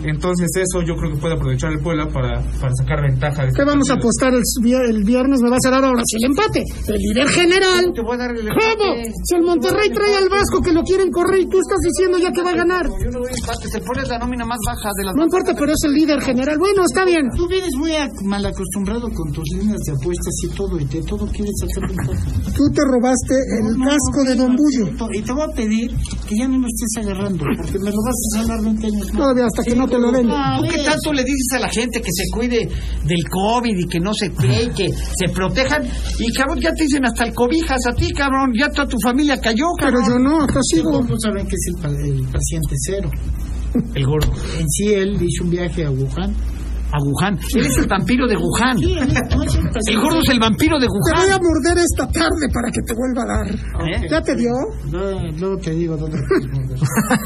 Speaker 4: Entonces eso yo creo que puede aprovechar el Puebla para, para sacar ventaja. de este
Speaker 2: ¿Qué vamos a
Speaker 4: partido.
Speaker 2: apostar el, vier- el viernes? Me vas a dar ahora sí el empate. El líder general.
Speaker 1: Te voy a dar el
Speaker 2: ¿Cómo?
Speaker 1: empate.
Speaker 2: Si el Monterrey trae al Vasco que lo quieren correr y tú estás diciendo ya que va a ganar.
Speaker 1: Yo no doy empate, te pones la nómina más baja de las
Speaker 2: No importa, pero es el líder general. Bueno, está bien.
Speaker 3: Tú vienes muy ac- mal acostumbrado con tus líneas de apuestas y todo, y de todo quieres hacer ventaja.
Speaker 2: Tú te robaste el casco de Don Bullo.
Speaker 3: Y te voy a pedir que ya no lo estés agarrando, porque me lo vas a salvar 20 años más.
Speaker 2: Todavía hasta que no te lo den.
Speaker 1: ¿Tú qué tanto le dices a la gente que se cuide del COVID y que no se cree, que se protejan? Y cabrón, ya te dicen hasta el cobijas a ti, cabrón. Ya toda tu familia cayó,
Speaker 2: Pero
Speaker 1: cabrón.
Speaker 2: yo no, acá sigo.
Speaker 3: Todos saben que es el, pa- el paciente cero.
Speaker 1: El gordo.
Speaker 3: En sí, él hizo un viaje a Wuhan.
Speaker 1: A Wuhan. Él es el vampiro de Wuhan.
Speaker 3: Sí, él es- no es el
Speaker 1: El
Speaker 3: paciente
Speaker 1: gordo es el vampiro de
Speaker 2: Te voy
Speaker 3: Ah.
Speaker 1: Wuhan. ¿eh?
Speaker 2: a morder esta tarde para que te vuelva a dar. ¿Ya te dio?
Speaker 3: Luego, luego te digo dónde.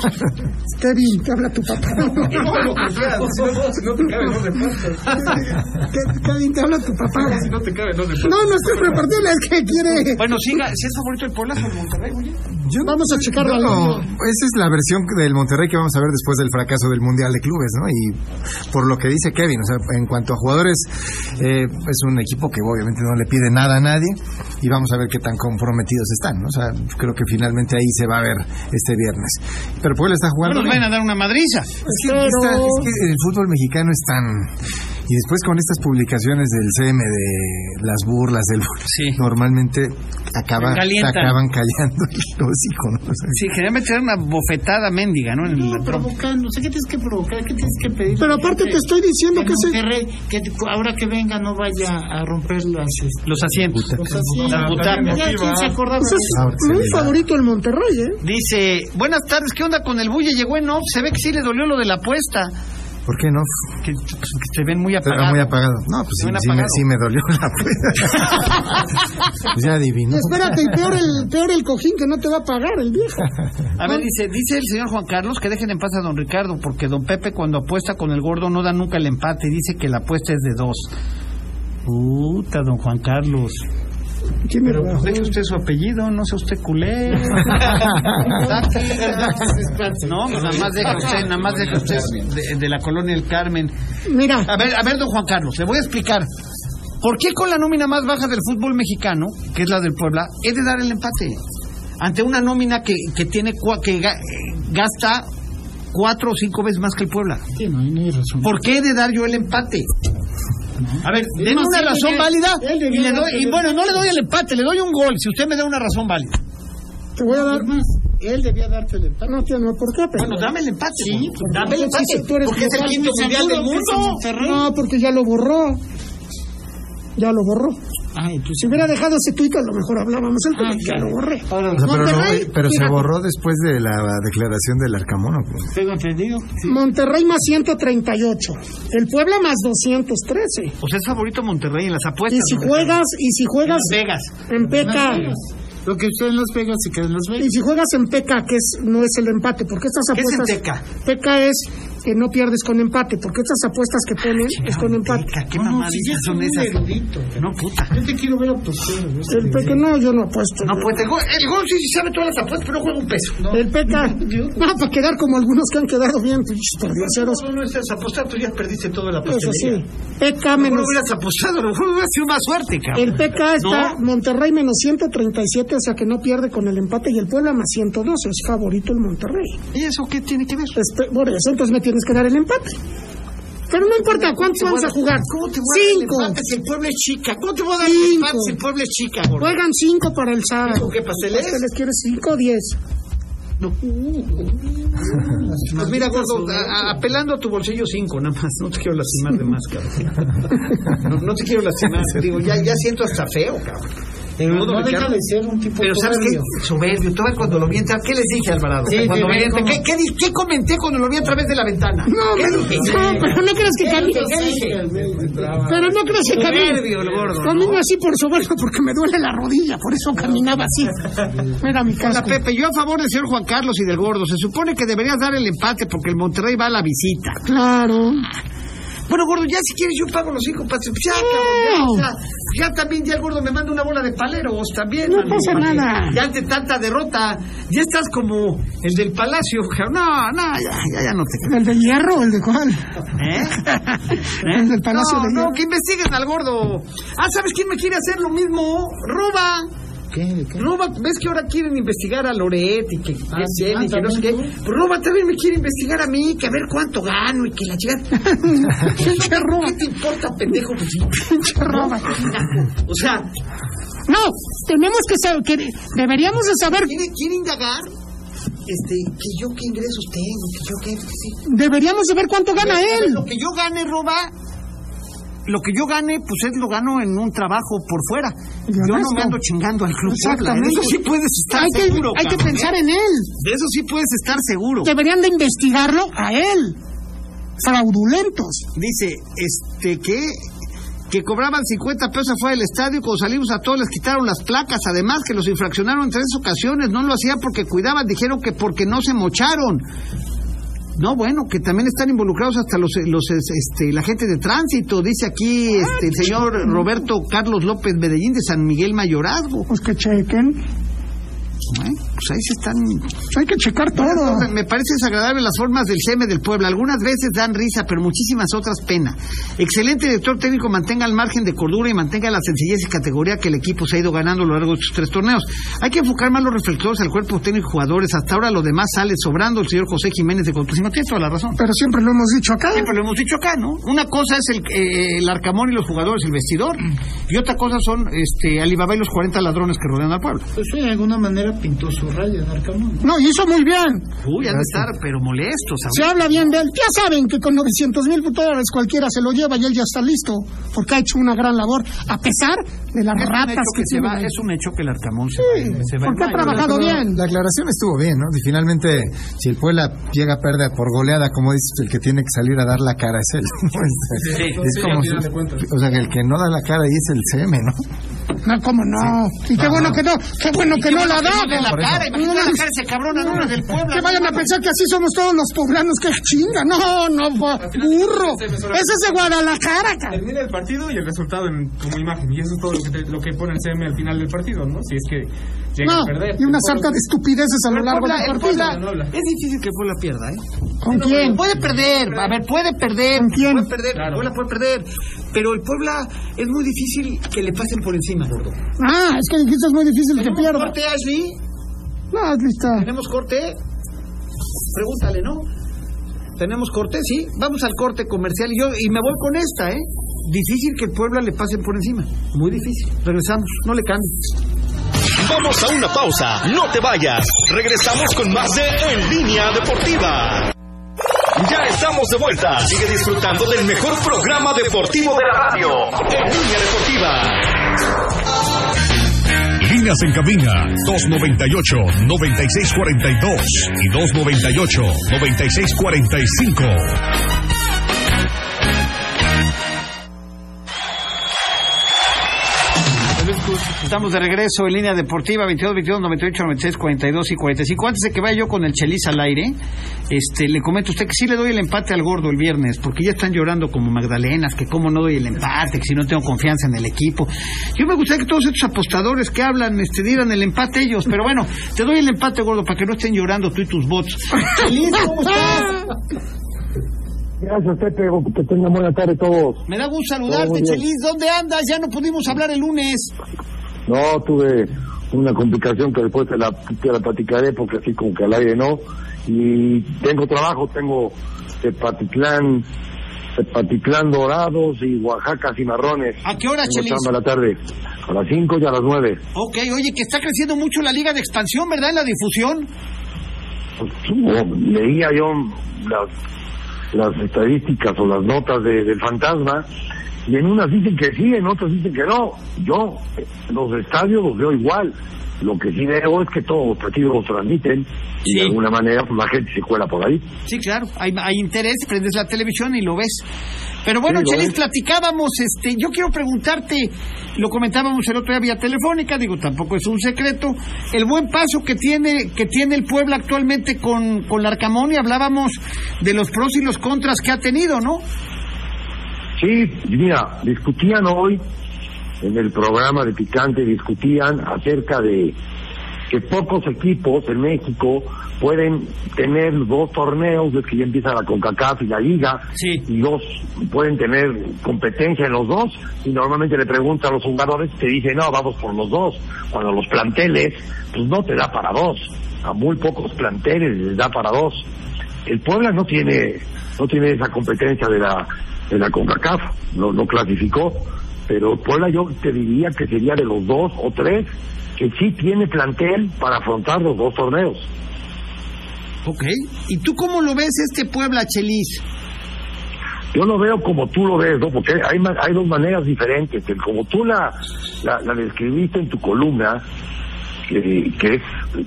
Speaker 2: Kevin, te habla tu papá.
Speaker 4: No te cabe, no te
Speaker 2: Ke- Kevin, te habla tu papá.
Speaker 4: No te cabe, no te
Speaker 2: No, no estoy repartiendo, es que quiere.
Speaker 1: Bueno, siga, si es favorito el Puebla es el Monterrey, güey.
Speaker 2: Vamos a checar la
Speaker 5: No,
Speaker 2: línea.
Speaker 5: esa es la versión del Monterrey que vamos a ver después del fracaso del Mundial de Clubes, ¿no? Y por lo que dice Kevin, o sea, en cuanto a jugadores, eh, es un equipo que obviamente no le pide nada a nadie y vamos a ver qué tan comprometidos están, ¿no? O sea, creo que finalmente ahí se va a ver este viernes. Pero Puebla está jugando. bien.
Speaker 1: dar una madriza.
Speaker 5: Es que, está- es que el fútbol mexicano es tan... Y después con estas publicaciones del CM de las burlas del
Speaker 1: Sí.
Speaker 5: normalmente acaba,
Speaker 1: Te calientan.
Speaker 5: te acaban callando el hocico, ¿no? O sea,
Speaker 1: Sí, generalmente era una bofetada mendiga, ¿no? En la trompa.
Speaker 3: provocando. O sea, ¿qué tienes que provocar? ¿Qué tienes que pedir?
Speaker 2: Pero aparte te estoy diciendo que
Speaker 3: que,
Speaker 2: ese.
Speaker 3: Monterrey, que ahora que venga no vaya a romper las... este,
Speaker 1: Los asientos.
Speaker 3: cosas así.
Speaker 1: Las butacas.
Speaker 3: Ya, ¿quién se acordaba?
Speaker 2: Pues es muy favorito el Monterrey, ¿eh?
Speaker 1: Dice, buenas tardes, ¿qué onda con el bulle? Llegó en off, se ve que sí le dolió lo de la apuesta.
Speaker 5: ¿Por qué no?
Speaker 1: Que, que se ven muy
Speaker 5: Estaba
Speaker 1: apagados.
Speaker 5: muy apagado. No, pues sí,
Speaker 1: Muy
Speaker 5: sí me,
Speaker 1: apagado.
Speaker 5: sí me dolió la pues ya adivinó.
Speaker 2: Espérate, y peor el, peor el cojín que no te va a pagar el viejo.
Speaker 1: A ver, dice, dice el señor Juan Carlos que dejen en paz a don Ricardo, porque don Pepe cuando apuesta con el gordo no da nunca el empate, dice que la apuesta es de dos. Puta, don Juan Carlos.
Speaker 2: ¿Quién me
Speaker 1: Pero
Speaker 2: va?
Speaker 1: pues, deje usted su apellido, no sea usted culé. no, pues, nada más deje usted, nada más deje usted de, de la colonia El Carmen.
Speaker 2: Mira,
Speaker 1: A ver, a ver, don Juan Carlos, le voy a explicar. ¿Por qué con la nómina más baja del fútbol mexicano, que es la del Puebla, he de dar el empate? Ante una nómina que, que tiene cua- que ga- eh, gasta cuatro o cinco veces más que el Puebla.
Speaker 3: Sí, no, ahí no hay razón.
Speaker 1: ¿Por qué he de dar yo el empate? A ver, denme una razón válida y, le doy- y bueno, no le doy el empate, le doy un gol si usted me da una razón válida.
Speaker 2: te voy a dar más.
Speaker 3: Él debía darte el empate.
Speaker 2: No, tío, no, ¿por qué? Pero...
Speaker 1: Bueno, dame el empate. Sí, dame el
Speaker 2: Sí,
Speaker 1: empate.
Speaker 2: sí, tú eres
Speaker 1: porque es el
Speaker 2: local,
Speaker 1: quinto
Speaker 2: seguro
Speaker 1: mundial del
Speaker 2: que es el
Speaker 1: mundo.
Speaker 2: Monterrey. No, porque ya lo borró. Ya lo borró.
Speaker 3: Ah, entonces...
Speaker 2: Si hubiera dejado ese tuit, a lo mejor hablábamos él,
Speaker 1: Ah,
Speaker 2: pero ya lo borré.
Speaker 3: Ahora,
Speaker 5: O sea, pero, no,
Speaker 2: Monterrey,
Speaker 5: pero se
Speaker 2: mira.
Speaker 5: borró después de la declaración del Arcamono. pues.
Speaker 3: tengo entendido.
Speaker 2: Monterrey más 138. El Puebla más 213.
Speaker 1: Pues es favorito Monterrey en las
Speaker 2: Y
Speaker 1: apuestas.
Speaker 2: si
Speaker 1: ¿no?
Speaker 2: juegas, y si juegas
Speaker 1: Vegas.
Speaker 2: en PK,
Speaker 3: Lo que usted en Las Vegas se queda en Las Vegas.
Speaker 2: y si juegas en PK, que es, no es el empate, porque estas
Speaker 1: ¿Qué es
Speaker 2: apuestas.
Speaker 1: en Teca?
Speaker 2: PK es que no pierdes con empate, porque estas apuestas que ponen es
Speaker 1: Ah,
Speaker 2: con empate.
Speaker 3: ¿Qué mamadas son esas? No, puta.
Speaker 1: Yo te quiero ver a tus
Speaker 2: El Peca, no, yo no apuesto.
Speaker 3: No, pues,
Speaker 1: El gol, sí sabe todas las apuestas, pero no juega un peso. No,
Speaker 2: El Peca, no, para quedar como algunos que han quedado bien, pinches perdioseros.
Speaker 1: no, no esas apostas, tú ya perdiste toda la
Speaker 2: Eso sí.
Speaker 1: pastelería.
Speaker 2: Peca menos.
Speaker 1: apostado, a lo mejor hubieras sido más suerte,
Speaker 2: El PK está Monterrey menos 137, o sea que no pierde con el empate, y el Puebla más 112, es favorito el Monterrey.
Speaker 1: ¿Y eso qué tiene que ver?
Speaker 2: Este, por eso entonces me tienes que dar el empate. Pero no importa, ¿cuántos vamos a jugar?
Speaker 1: ¿Cómo te voy a dar el
Speaker 2: Cinco.
Speaker 1: empate si el pueblo es chica? ¿Cómo te voy a dar el
Speaker 2: Cinco.
Speaker 1: empate si el pueblo es chica, gordo?
Speaker 2: Juegan cinco para el sábado.
Speaker 1: ¿Con qué pasteles?
Speaker 2: ¿Se les quiere cinco o diez?
Speaker 1: Pues mira, gordo, a- a- apelando a tu bolsillo cinco, nada más. No te quiero lastimar de más, cabrón. No, no te quiero lastimar. Digo, ya, ya siento hasta feo, cabrón.
Speaker 3: Eh, no,
Speaker 1: Gordo, me
Speaker 3: deja
Speaker 1: quedo-
Speaker 3: de ser un tipo
Speaker 1: Pero ¿sabes
Speaker 3: soberbio.
Speaker 1: qué? Soberbio. Tú ves cuando lo vi entrar, ¿qué les dije, Alvarado?
Speaker 3: Sí,
Speaker 1: Cuando
Speaker 3: sí,
Speaker 1: vi
Speaker 3: ves
Speaker 1: entrar,
Speaker 3: cómo-
Speaker 1: ¿qué, qué, di- qué comenté cuando lo vi a través de la ventana?
Speaker 2: No,
Speaker 1: ¿Qué
Speaker 2: pero,
Speaker 1: dije?
Speaker 2: no, pero no creas que Cami-
Speaker 1: ¿Qué dije?
Speaker 2: Pero no creas que
Speaker 1: Soberbio el gordo,
Speaker 2: camino.
Speaker 1: ¿no?
Speaker 2: Camino así por soberbio porque me duele la rodilla, por eso caminaba así. Era mi
Speaker 1: Hola,
Speaker 2: casco.
Speaker 1: Pepe, yo a favor del señor Juan Carlos y del gordo. Se supone que deberías dar el empate porque el Monterrey va a la visita.
Speaker 2: Claro.
Speaker 1: Bueno, gordo, ya si quieres yo pago los cinco pases. Pues Ya, cabrón, ya, ya, ya también ya el gordo me manda una bola de paleros también.
Speaker 2: No
Speaker 1: amigo,
Speaker 2: pasa
Speaker 1: porque
Speaker 2: nada.
Speaker 1: Ya ante tanta derrota, ya estás como el del palacio. cabrón. No, no, ya, ya, ya no te
Speaker 2: ¿El de hierro o el de cuál? ¿El del Palacio
Speaker 1: ¿Eh? no,
Speaker 2: de
Speaker 1: no,
Speaker 2: Hierro?
Speaker 1: que investiguen al gordo. Ah, ¿sabes quién me quiere hacer lo mismo? Roba. Roba, ¿ves que ahora quieren investigar a Loret y que, que es él y que no sé qué? Roba también me quiere investigar a mí, que a ver cuánto gano y que la chingada. ¿Qué, te importa, pendejo? Pues sí.
Speaker 2: Roba.
Speaker 1: O sea,
Speaker 2: No, tenemos que saber, que deberíamos de saber,
Speaker 1: ¿quiere, quiere indagar este, que yo qué ingresos tengo, que yo qué... sí.
Speaker 2: deberíamos de ver cuánto gana él.
Speaker 1: Lo que yo gane, Roba, lo que yo gane, pues es lo gano en un trabajo por fuera.
Speaker 2: Yo
Speaker 1: Yo no
Speaker 2: honesto.
Speaker 1: me ando chingando al club. Puebla, ¿eh? De
Speaker 2: Exactamente.
Speaker 1: eso sí puedes estar
Speaker 2: Hay que,
Speaker 1: seguro.
Speaker 2: hay que
Speaker 1: cabrón,
Speaker 2: pensar
Speaker 1: ¿eh?
Speaker 2: en él.
Speaker 1: De eso sí puedes estar seguro.
Speaker 2: Deberían de investigarlo a él. Fraudulentos.
Speaker 1: Dice, este, que que cobraban 50 pesos fuera del estadio, cuando salimos a todos les quitaron las placas, además que los infraccionaron en tres ocasiones, no lo hacían porque cuidaban, dijeron que porque no se mocharon. No, bueno, que también están involucrados hasta los, los es- este, la gente de tránsito, dice aquí este, el señor Roberto Carlos López Medellín de San Miguel Mayorazgo.
Speaker 2: Pues que chequen.
Speaker 1: Bueno, pues ahí se están
Speaker 2: Hay que checar todo.
Speaker 1: Me- Me parece desagradable las formas del CM del pueblo. Algunas veces dan risa, pero muchísimas otras pena. Excelente director técnico, mantenga el margen de cordura y mantenga la sencillez y categoría que el equipo se ha ido ganando a lo largo de estos tres torneos. Hay que enfocar más los reflectores al cuerpo técnico y jugadores. Hasta ahora lo demás sale sobrando. El señor José Jiménez de Contocino tiene toda la razón.
Speaker 2: Pero siempre lo hemos dicho acá.
Speaker 1: Siempre lo hemos dicho acá, ¿no? Una cosa es el, eh, el arcamón y los jugadores, el vestidor, y otra cosa son este, Alibaba y los 40 ladrones que rodean al pueblo.
Speaker 3: Pues de alguna manera pintó su raya en Arcamón.
Speaker 2: No, hizo muy bien.
Speaker 1: Uy, han de estar, pero molestos.
Speaker 2: Se habla bien de él. Ya saben que con 900 mil dólares cualquiera se lo lleva y él ya está listo, porque ha hecho una gran labor, a pesar de las
Speaker 1: Es un,
Speaker 2: ratas
Speaker 1: hecho
Speaker 2: que
Speaker 1: que se
Speaker 2: tiene.
Speaker 1: va, es un hecho que el Arcamón se va, se va en
Speaker 2: porque ha
Speaker 1: mayo.
Speaker 2: trabajado bien.
Speaker 5: La aclaración estuvo bien, ¿no? Y finalmente, si el Puebla llega a perder por goleada, como dices, el que tiene que salir a dar la cara es él. ¿no? Es, es como si- o sea, que el que no da la cara ahí es el CM, ¿no?
Speaker 2: No, cómo no. Y qué bueno que no, qué bueno que no la da.
Speaker 1: en la
Speaker 2: Por
Speaker 1: cara,
Speaker 2: eso.
Speaker 1: imagínate la
Speaker 2: No,
Speaker 1: cara ese cabrón en una del pueblo.
Speaker 2: Que vayan a pensar que así somos todos los poblanos, que chinga. No, no, bo- burro. Ese es de Guadalajara, cabrón.
Speaker 4: Termina el partido y el resultado en, como imagen. Y eso es todo lo que, te- lo que pone el CM al final del partido, ¿no? Si es que llega
Speaker 2: No,
Speaker 4: a perder.
Speaker 2: y una sarta de estupideces a lo
Speaker 4: Pero
Speaker 2: largo
Speaker 4: Puebla-
Speaker 2: del
Speaker 4: el
Speaker 2: partido.
Speaker 4: Puebla- no habla.
Speaker 1: Es difícil que Puebla pierda, ¿eh?
Speaker 2: ¿Con quién?
Speaker 1: Puede perder, a ver, puede perder.
Speaker 2: ¿Con quién?
Speaker 1: Puede perder,
Speaker 4: Claro.
Speaker 1: Puebla puede perder. Pero el Puebla es muy difícil que le pasen por encima, gordo.
Speaker 2: Ah, es que dijiste es muy difícil que
Speaker 1: ¿Tenemos
Speaker 2: pierda.
Speaker 1: corte, Ashley?
Speaker 2: No, listo.
Speaker 1: ¿Tenemos corte? Pregúntale, ¿no? ¿Tenemos corte? Sí. Vamos al corte comercial y yo y me voy con esta, ¿eh? Difícil que el Puebla le pasen por encima. Muy difícil. Regresamos, no le cambies.
Speaker 7: Vamos a una pausa, no te vayas. Regresamos con más de En Línea Deportiva. Ya estamos de vuelta. Sigue disfrutando del mejor programa deportivo de la radio. En Línea Deportiva.
Speaker 6: Líneas en cabina 298-9642 y 298-9645.
Speaker 4: Tal vez tú-
Speaker 1: Estamos de regreso en línea deportiva 22, 22, 98, 96, 42 y 45. Antes de que vaya yo con el Chelis al aire, este, le comento a usted que sí le doy el empate al gordo el viernes, porque ya están llorando como Magdalenas, que cómo no doy el empate, que si no tengo confianza en el equipo. Yo me gustaría que todos estos apostadores que hablan este, dieran el empate ellos, pero bueno, te doy el empate, gordo, para que no estén llorando tú y tus bots. Chelis, ¿cómo estás?
Speaker 8: Gracias, Pepe. Que tengan buena tarde todos.
Speaker 1: Me da gusto saludarte, Chelis. ¿Dónde andas? Ya no pudimos hablar el lunes.
Speaker 8: No, tuve una complicación que después te la, te la platicaré porque así como que al aire no. Y tengo trabajo, tengo Tepatitlán, Tepatitlán Dorados y Oaxaca Cimarrones.
Speaker 1: ¿A qué hora,
Speaker 8: Tengo
Speaker 1: Chelis?
Speaker 8: chamba a la tarde, a las 5 y a las 9.
Speaker 1: Ok, oye, que está creciendo mucho la liga de expansión, ¿verdad? En la difusión.
Speaker 8: Oh, leía yo las, las estadísticas o las notas de- del fantasma y en unas dicen que sí, en otras dicen que no. Yo eh, los estadios los veo igual. Lo que sí veo es que todos los partidos los transmiten y
Speaker 1: Sí.
Speaker 8: de alguna manera pues, la gente se cuela por ahí.
Speaker 1: Sí, claro, hay, hay interés, prendes la televisión y lo ves. Pero bueno,
Speaker 8: Sí, lo
Speaker 1: Chelis,
Speaker 8: ves.
Speaker 1: platicábamos, este, yo quiero preguntarte, lo comentábamos el otro día vía telefónica, digo, tampoco es un secreto, el buen paso que tiene, que tiene el Puebla actualmente con, con Larcamón y hablábamos de los pros y los contras que ha tenido, ¿no?
Speaker 8: Sí, mira, discutían hoy en el programa de Picante, discutían acerca de que pocos equipos en México pueden tener dos torneos, es que ya empieza la CONCACAF y la Liga,
Speaker 1: Sí.
Speaker 8: y dos pueden tener competencia en los dos, y normalmente le preguntan a los jugadores, te dicen, no, vamos por los dos, cuando los planteles, pues no te da para dos, a muy pocos planteles les da para dos. El Puebla no tiene, no tiene esa competencia de la, de la CONCACAF, no, no clasificó, pero Puebla yo te diría que sería de los dos o tres que sí tiene plantel para afrontar los dos torneos.
Speaker 1: Ok. ¿Y tú cómo lo ves este Puebla, Chelis?
Speaker 8: Yo lo veo como tú lo ves, ¿no? Porque hay, ma- hay dos maneras diferentes. El Como tú la, la, la describiste en tu columna, que, que es,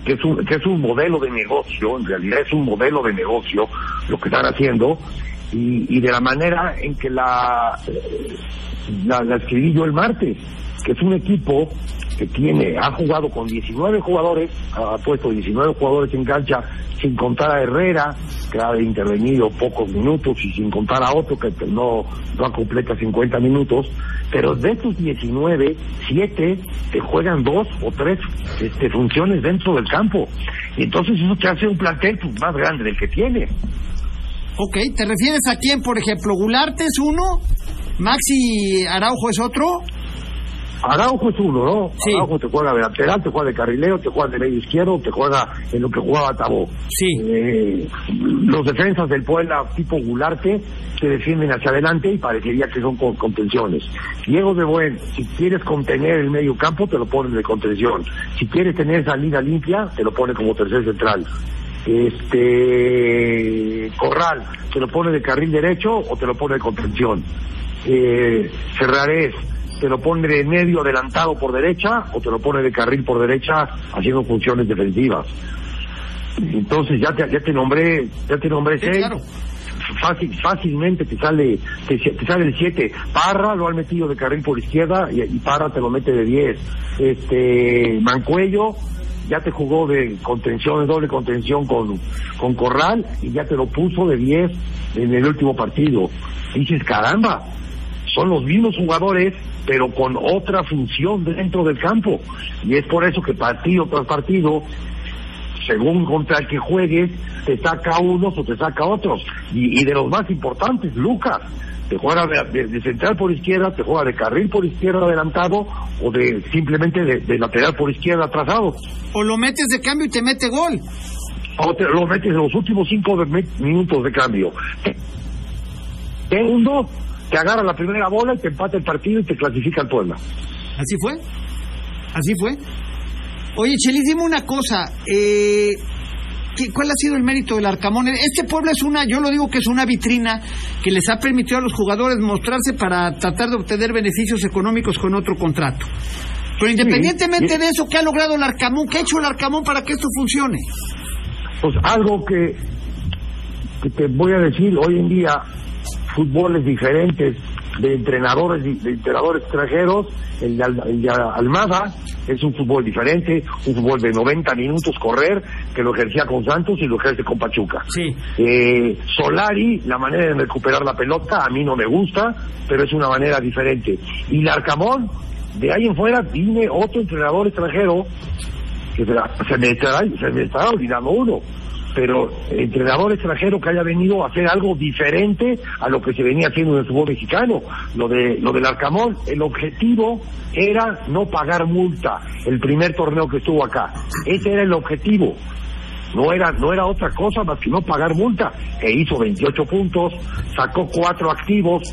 Speaker 8: que, es un, que es un modelo de negocio, en realidad es un modelo de negocio lo que están haciendo, y, y de la manera en que la, eh, la, la escribí yo el martes, que es un equipo que tiene, ha jugado con 19 jugadores, ha puesto 19 jugadores en cancha, sin contar a Herrera, que ha intervenido pocos minutos, y sin contar a otro que no, no completa 50 minutos, pero de estos 19, 7 te juegan dos o tres este, funciones dentro del campo. Y entonces eso te hace un plantel pues, más grande del que tiene.
Speaker 1: Ok, ¿te refieres a quién, por ejemplo? ¿Gularte es uno? ¿Maxi Araujo es otro?
Speaker 8: Araujo es uno, ¿no?
Speaker 1: Sí.
Speaker 8: Araujo te juega de lateral, te juega de carrilero, te juega de medio izquierdo, te juega en lo que jugaba Tabó.
Speaker 1: Sí.
Speaker 8: Eh, los defensas del Puebla tipo Gularte se defienden hacia adelante y parecería que son con contenciones. Diego de Buen, si quieres contener el medio campo, te lo ponen de contención. Si quieres tener salida limpia, te lo pone como tercer central. Este Corral, te lo pone de carril derecho o te lo pone de contención. Eh, Ferrarés, te lo pone de medio adelantado por derecha o te lo pone de carril por derecha haciendo funciones defensivas. Entonces ya te, ya te nombré, ya te nombré
Speaker 1: Sí,
Speaker 8: seis.
Speaker 1: claro.
Speaker 8: Fácil, fácilmente te sale, te, te sale el 7. Parra lo han metido de carril por izquierda y, y Parra te lo mete de 10. Este, Mancuello ya te jugó de contención, de doble contención con, con Corral y ya te lo puso de 10 en el último partido. Dices, caramba, son los mismos jugadores, pero con otra función dentro del campo. Y es por eso que partido tras partido según contra el que juegues, te saca unos o te saca otros. Y, y de los más importantes, Lucas, te juega de, de- de central por izquierda, te juega de carril por izquierda adelantado o de simplemente de, de lateral por izquierda atrasado.
Speaker 1: ¿O lo metes de cambio y te mete gol?
Speaker 8: O te lo metes en los últimos cinco de- mi- minutos de cambio. Te- Segundo, te agarra la primera bola y te empata el partido y te clasifica el Puebla.
Speaker 1: ¿Así fue? ¿Así fue? Oye, Chelis, dime una cosa. eh, ¿qué- ¿Cuál ha sido el mérito del Arcamón? Este pueblo es una, yo lo digo que es una vitrina que les ha permitido a los jugadores mostrarse para tratar de obtener beneficios económicos con otro contrato. Pero independientemente de eso, ¿qué ha logrado el Arcamón? ¿Qué ha hecho el Arcamón para que esto funcione?
Speaker 8: Pues algo que, que te voy a decir hoy en día, fútboles diferentes, de entrenadores y- de entrenadores extranjeros, el de, Al- el de Almada es un fútbol diferente, un fútbol de 90 minutos correr que lo ejercía con Santos y lo ejerce con Pachuca.
Speaker 1: Sí.
Speaker 8: Eh, Solari, la manera de recuperar la pelota, a mí no me gusta, pero es una manera diferente. Y Larcamón, de ahí en fuera, tiene otro entrenador extranjero, que se, la- se me estará, se me estará olvidando uno, pero entrenador extranjero que haya venido a hacer algo diferente a lo que se venía haciendo en el fútbol mexicano. Lo de lo del Arcamón, el objetivo era no pagar multa el primer torneo que estuvo acá. Ese era el objetivo no era no era otra cosa más que no pagar multa e hizo 28 puntos sacó cuatro activos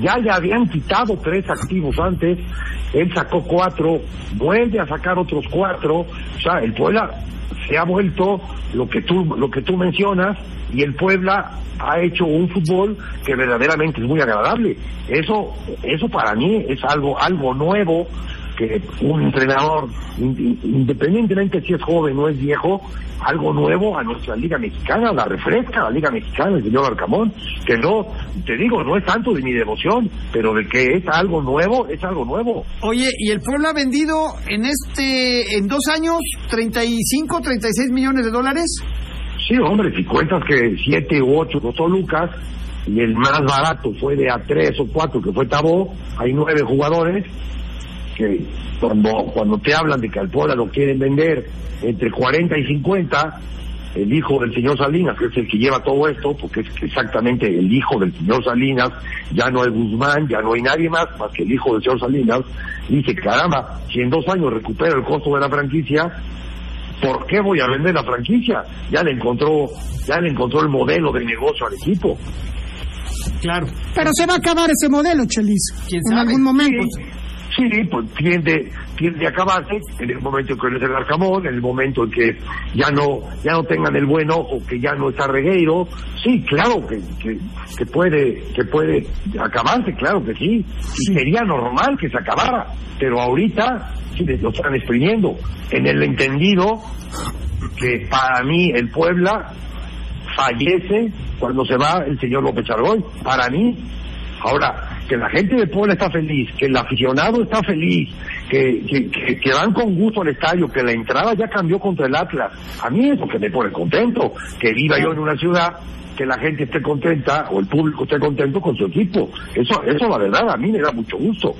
Speaker 8: ya le habían quitado tres activos antes él sacó cuatro vuelve a sacar otros cuatro o sea el Puebla se ha vuelto lo que tú lo que tú mencionas y el Puebla ha hecho un fútbol que verdaderamente es muy agradable eso eso para mí es algo algo nuevo que un entrenador, in- in- independientemente si es joven o es viejo, algo nuevo a nuestra Liga Mexicana, la refresca la Liga Mexicana, el señor Arcamón, que no, te digo, no es tanto de mi devoción, pero de que es algo nuevo, es algo nuevo.
Speaker 1: Oye, y el pueblo ha vendido en este, en dos años, 35, 36 millones de dólares.
Speaker 8: Sí, hombre, si cuentas que siete u ocho costó Lucas y el más barato fue de a tres o cuatro que fue Tabó, hay nueve jugadores que cuando cuando te hablan de que al Puebla lo quieren vender entre 40 y 50, el hijo del señor Salinas, que es el que lleva todo esto, porque es exactamente el hijo del señor Salinas, ya no hay Guzmán, ya no hay nadie más más que el hijo del señor Salinas, dice, caramba, si en dos años recupero el costo de la franquicia, ¿por qué voy a vender la franquicia? Ya le encontró, ya le encontró el modelo de negocio al equipo.
Speaker 1: Claro.
Speaker 2: Pero se va a acabar ese modelo, Chelis.
Speaker 1: ¿Quién
Speaker 2: En
Speaker 1: sabe?
Speaker 2: algún momento.
Speaker 8: Sí, pues tiende, tiende a acabarse en el momento en que es el Arcamón, en el momento en que ya no, ya no tengan el buen ojo, que ya no está Regueiro. Sí, claro que, que, que puede, que puede acabarse, claro que sí. Y sería normal que se acabara, pero ahorita sí lo están exprimiendo. En el entendido que para mí el Puebla fallece cuando se va el señor López Argoy. Para mí, ahora, que la gente de Puebla está feliz, que el aficionado está feliz, que, que, que- que van con gusto al estadio, que la entrada ya cambió contra el Atlas. A mí eso que me pone contento, que viva yo en una ciudad que la gente esté contenta o el público esté contento con su equipo. Eso, eso la verdad a mí me da mucho gusto.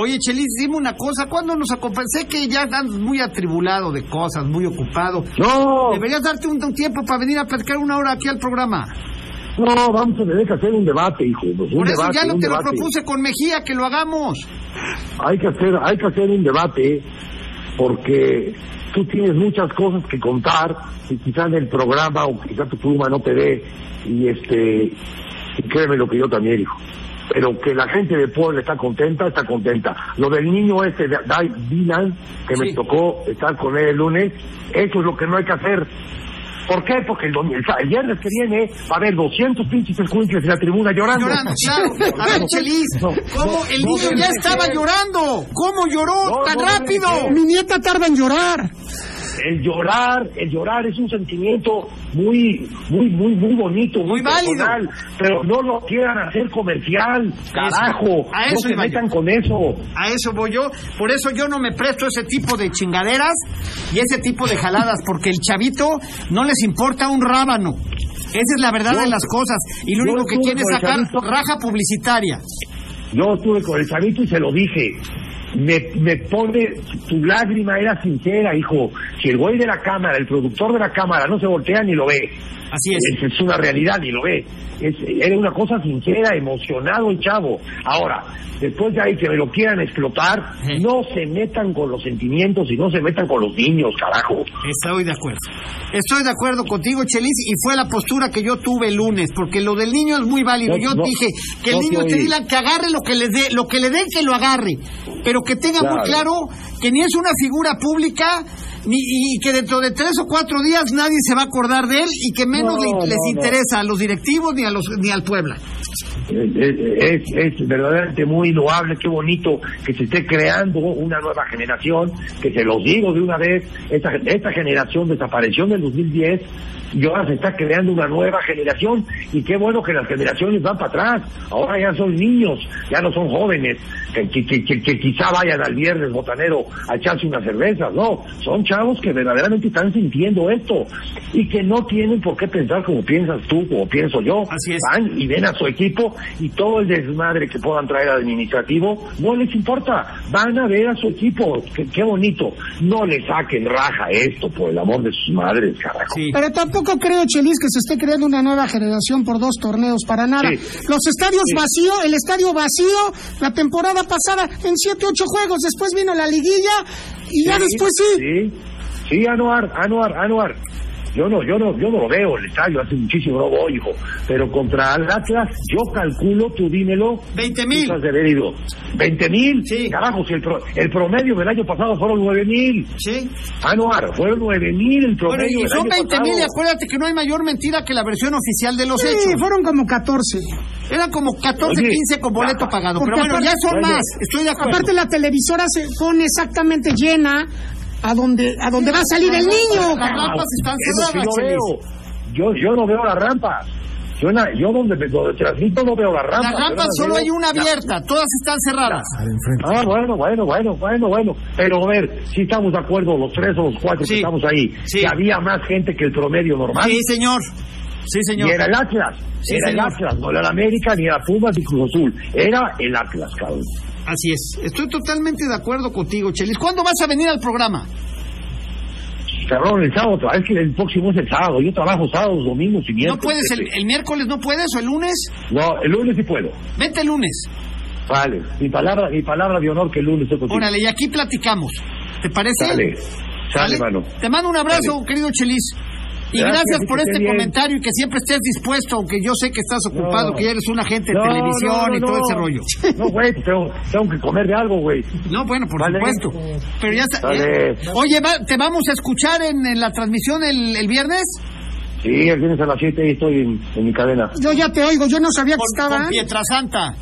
Speaker 1: Oye, Chelis, dime una cosa, ¿cuándo nos acompañas? Sé que ya andas muy atribulado de cosas, muy ocupado.
Speaker 8: No,
Speaker 1: Deberías darte un, un tiempo para venir a platicar una hora aquí al programa.
Speaker 8: no, vamos a tener que hacer un debate, hijo. pues, un
Speaker 1: Por eso
Speaker 8: debate,
Speaker 1: ya no
Speaker 8: un
Speaker 1: te lo
Speaker 8: debate.
Speaker 1: propuse con Mejía, que lo hagamos.
Speaker 8: hay que hacer hay que hacer un debate porque tú tienes muchas cosas que contar y quizá en el programa o quizá tu pluma no te dé y este y créeme lo que yo también digo pero que la gente de Puebla está contenta, está contenta. Lo del niño este, de- Dai- Dylan, que me
Speaker 1: Sí.
Speaker 8: tocó estar con él el lunes, eso es lo que no hay que hacer. ¿Por qué? Porque el, domi- el sa- el viernes que viene va a haber 200 pinches escuinches en la tribuna llorando.
Speaker 1: Llorando, claro. A ver, Chelis,
Speaker 8: No,
Speaker 1: ¿cómo el
Speaker 8: no,
Speaker 1: niño
Speaker 8: no,
Speaker 1: ya
Speaker 8: no,
Speaker 1: estaba
Speaker 8: no,
Speaker 1: llorando? ¿Cómo lloró
Speaker 8: No,
Speaker 1: tan
Speaker 8: no, no,
Speaker 1: rápido?
Speaker 8: no,
Speaker 2: Mi nieta tarda en llorar.
Speaker 8: el llorar, el llorar es un sentimiento muy, muy, muy, muy bonito, muy,
Speaker 1: Muy válido.
Speaker 8: personal, pero no lo quieran hacer comercial, carajo,
Speaker 1: A eso
Speaker 8: no se
Speaker 1: iba yo.
Speaker 8: metan con eso.
Speaker 1: A eso voy yo. Por eso yo no me presto ese tipo de chingaderas y ese tipo de jaladas, porque el chavito no les importa un rábano. Esa es la verdad de las cosas. Y lo
Speaker 8: yo
Speaker 1: único que
Speaker 8: estuve
Speaker 1: quiere
Speaker 8: con
Speaker 1: es
Speaker 8: el
Speaker 1: sacar
Speaker 8: chavito.
Speaker 1: raja publicitaria.
Speaker 8: Yo estuve con el chavito y se lo dije. Me, me pone, tu lágrima era sincera, hijo. Si el güey de la cámara, el productor de la cámara, no se voltea ni lo ve.
Speaker 1: Así es.
Speaker 8: Es, es una realidad y lo ve. Es, era una cosa sincera, emocionado el chavo. Ahora, después de ahí que me lo quieran explotar, no se metan con los sentimientos y no se metan con los niños, carajo.
Speaker 1: Estoy de acuerdo. Estoy de acuerdo contigo, Chelis, y fue la postura que yo tuve el lunes, porque lo del niño es muy válido.
Speaker 8: No,
Speaker 1: yo
Speaker 8: no,
Speaker 1: dije que el
Speaker 8: no te
Speaker 1: niño te
Speaker 8: oí.
Speaker 1: diga que agarre lo que le dé, lo que le dé que lo agarre, pero que tenga muy claro que ni es una figura pública ni y que dentro de tres o cuatro días nadie se va a acordar de él y que menos
Speaker 8: No,
Speaker 1: le-
Speaker 8: no,
Speaker 1: les
Speaker 8: no.
Speaker 1: interesa a los directivos ni a los ni al Puebla.
Speaker 8: Eh, eh, es, es verdaderamente muy loable, qué bonito que se esté creando una nueva generación, que se los digo de una vez, esta, esta generación desapareció en el 2010 y ahora se está creando una nueva generación y qué bueno que las generaciones van para atrás, ahora ya son niños, ya no son jóvenes que, que- que- que quizá vayan al viernes botanero a echarse una cerveza, no, son chavos que verdaderamente están sintiendo esto y que no tienen por qué pensar como piensas tú, como pienso yo,
Speaker 1: Así es.
Speaker 8: van y ven a su equipo y todo el desmadre que puedan traer administrativo no les importa, van a ver a su equipo, qué, qué bonito, no le saquen raja a esto por el amor de sus madres, carajo.
Speaker 1: Sí.
Speaker 2: Pero tampoco creo, Chelis, que se esté creando una nueva generación por dos torneos, para nada.
Speaker 8: Sí.
Speaker 2: Los estadios vacío, el estadio vacío, la temporada pasada en siete, ocho juegos, después vino la liguilla y ya
Speaker 1: pues,
Speaker 2: después sí.
Speaker 8: Sí, sí, Anuar, Anuar, Anuar. Yo no, yo no, yo no lo veo el estadio, hace muchísimo no voy, hijo. Pero contra el Atlas, yo calculo, tú dímelo,
Speaker 1: 20 mil.
Speaker 8: has de haber ido. ¿20 mil?
Speaker 1: Sí.
Speaker 8: Carajo, si el, pro- el promedio del año pasado fueron 9 mil.
Speaker 1: Sí.
Speaker 8: Anuar, fueron 9 mil el
Speaker 1: Bueno,
Speaker 8: promedio
Speaker 1: y
Speaker 8: del
Speaker 1: son
Speaker 8: año
Speaker 1: 20 mil, y
Speaker 8: pasado.
Speaker 1: acuérdate que no hay mayor mentira que la versión oficial de los
Speaker 2: Sí,
Speaker 1: hechos.
Speaker 2: fueron como 14.
Speaker 1: Eran como 14,
Speaker 8: Oye,
Speaker 1: 15 con boleto
Speaker 8: ajá.
Speaker 1: pagado.
Speaker 2: Porque
Speaker 1: Pero bueno, ya
Speaker 2: aparte-
Speaker 1: son
Speaker 8: Bueno.
Speaker 1: más. Estoy de acuerdo.
Speaker 2: Aparte la televisora se pone exactamente llena a donde a donde va a salir el niño.
Speaker 1: Las rampas están
Speaker 8: Ah, Eso sí
Speaker 1: cerradas.
Speaker 8: lo
Speaker 1: Chelis.
Speaker 8: veo. Yo, yo no veo la rampa. Yo, na- yo donde, me- donde transmito no veo la rampa.
Speaker 1: Las rampas solo
Speaker 8: ¿eh?
Speaker 1: hay una
Speaker 8: abierta.
Speaker 1: abierta, todas están cerradas.
Speaker 5: Al enfrente.
Speaker 8: Ah, bueno, bueno, bueno, bueno, bueno. Pero a ver, si estamos de acuerdo los tres o los cuatro
Speaker 1: Sí.
Speaker 8: que estamos ahí,
Speaker 1: Sí.
Speaker 8: que había más gente que el promedio normal.
Speaker 1: Sí, señor. Sí,
Speaker 8: Y
Speaker 1: señor.
Speaker 8: era el Atlas,
Speaker 1: Sí,
Speaker 8: era
Speaker 1: señor.
Speaker 8: el Atlas, no era el América, ni era Pumas, ni Cruz Azul, era el Atlas, cabrón.
Speaker 1: Así es. Estoy totalmente de acuerdo contigo, Chelis. ¿Cuándo vas a venir al programa?
Speaker 8: Cabrón, el sábado, es que el próximo es el sábado, yo trabajo sábados, domingos y
Speaker 1: ¿No
Speaker 8: miércoles. este,
Speaker 1: puedes el, el miércoles? ¿No puedes? ¿O el lunes?
Speaker 8: No, el lunes sí puedo.
Speaker 1: Vete el lunes.
Speaker 8: Vale, mi palabra, mi palabra de honor que el lunes estoy contigo.
Speaker 1: Órale, y aquí platicamos. ¿Te parece?
Speaker 8: Sale, sale,
Speaker 1: Sale.
Speaker 8: mano.
Speaker 1: Te mando un abrazo, querido Chelis. Y gracias,
Speaker 8: Gracias, que
Speaker 1: por
Speaker 8: esté
Speaker 1: este
Speaker 8: bien.
Speaker 1: comentario y que siempre estés dispuesto, aunque yo sé que estás ocupado,
Speaker 8: No.
Speaker 1: que ya eres un agente de televisión
Speaker 8: no, no,
Speaker 1: y todo
Speaker 8: no.
Speaker 1: ese rollo.
Speaker 8: No, güey, pues tengo, tengo que comer de algo, güey.
Speaker 1: No, bueno, por
Speaker 8: Vale.
Speaker 1: supuesto. Pero ya está.
Speaker 8: Vale.
Speaker 1: eh, Oye, va- ¿te vamos a escuchar en, en la transmisión el, el viernes?
Speaker 8: Sí, el viernes a las 7 y estoy en, en mi cadena.
Speaker 2: Yo ya te oigo, yo no sabía que
Speaker 1: Con,
Speaker 2: estaba.
Speaker 1: con Pietra Santa.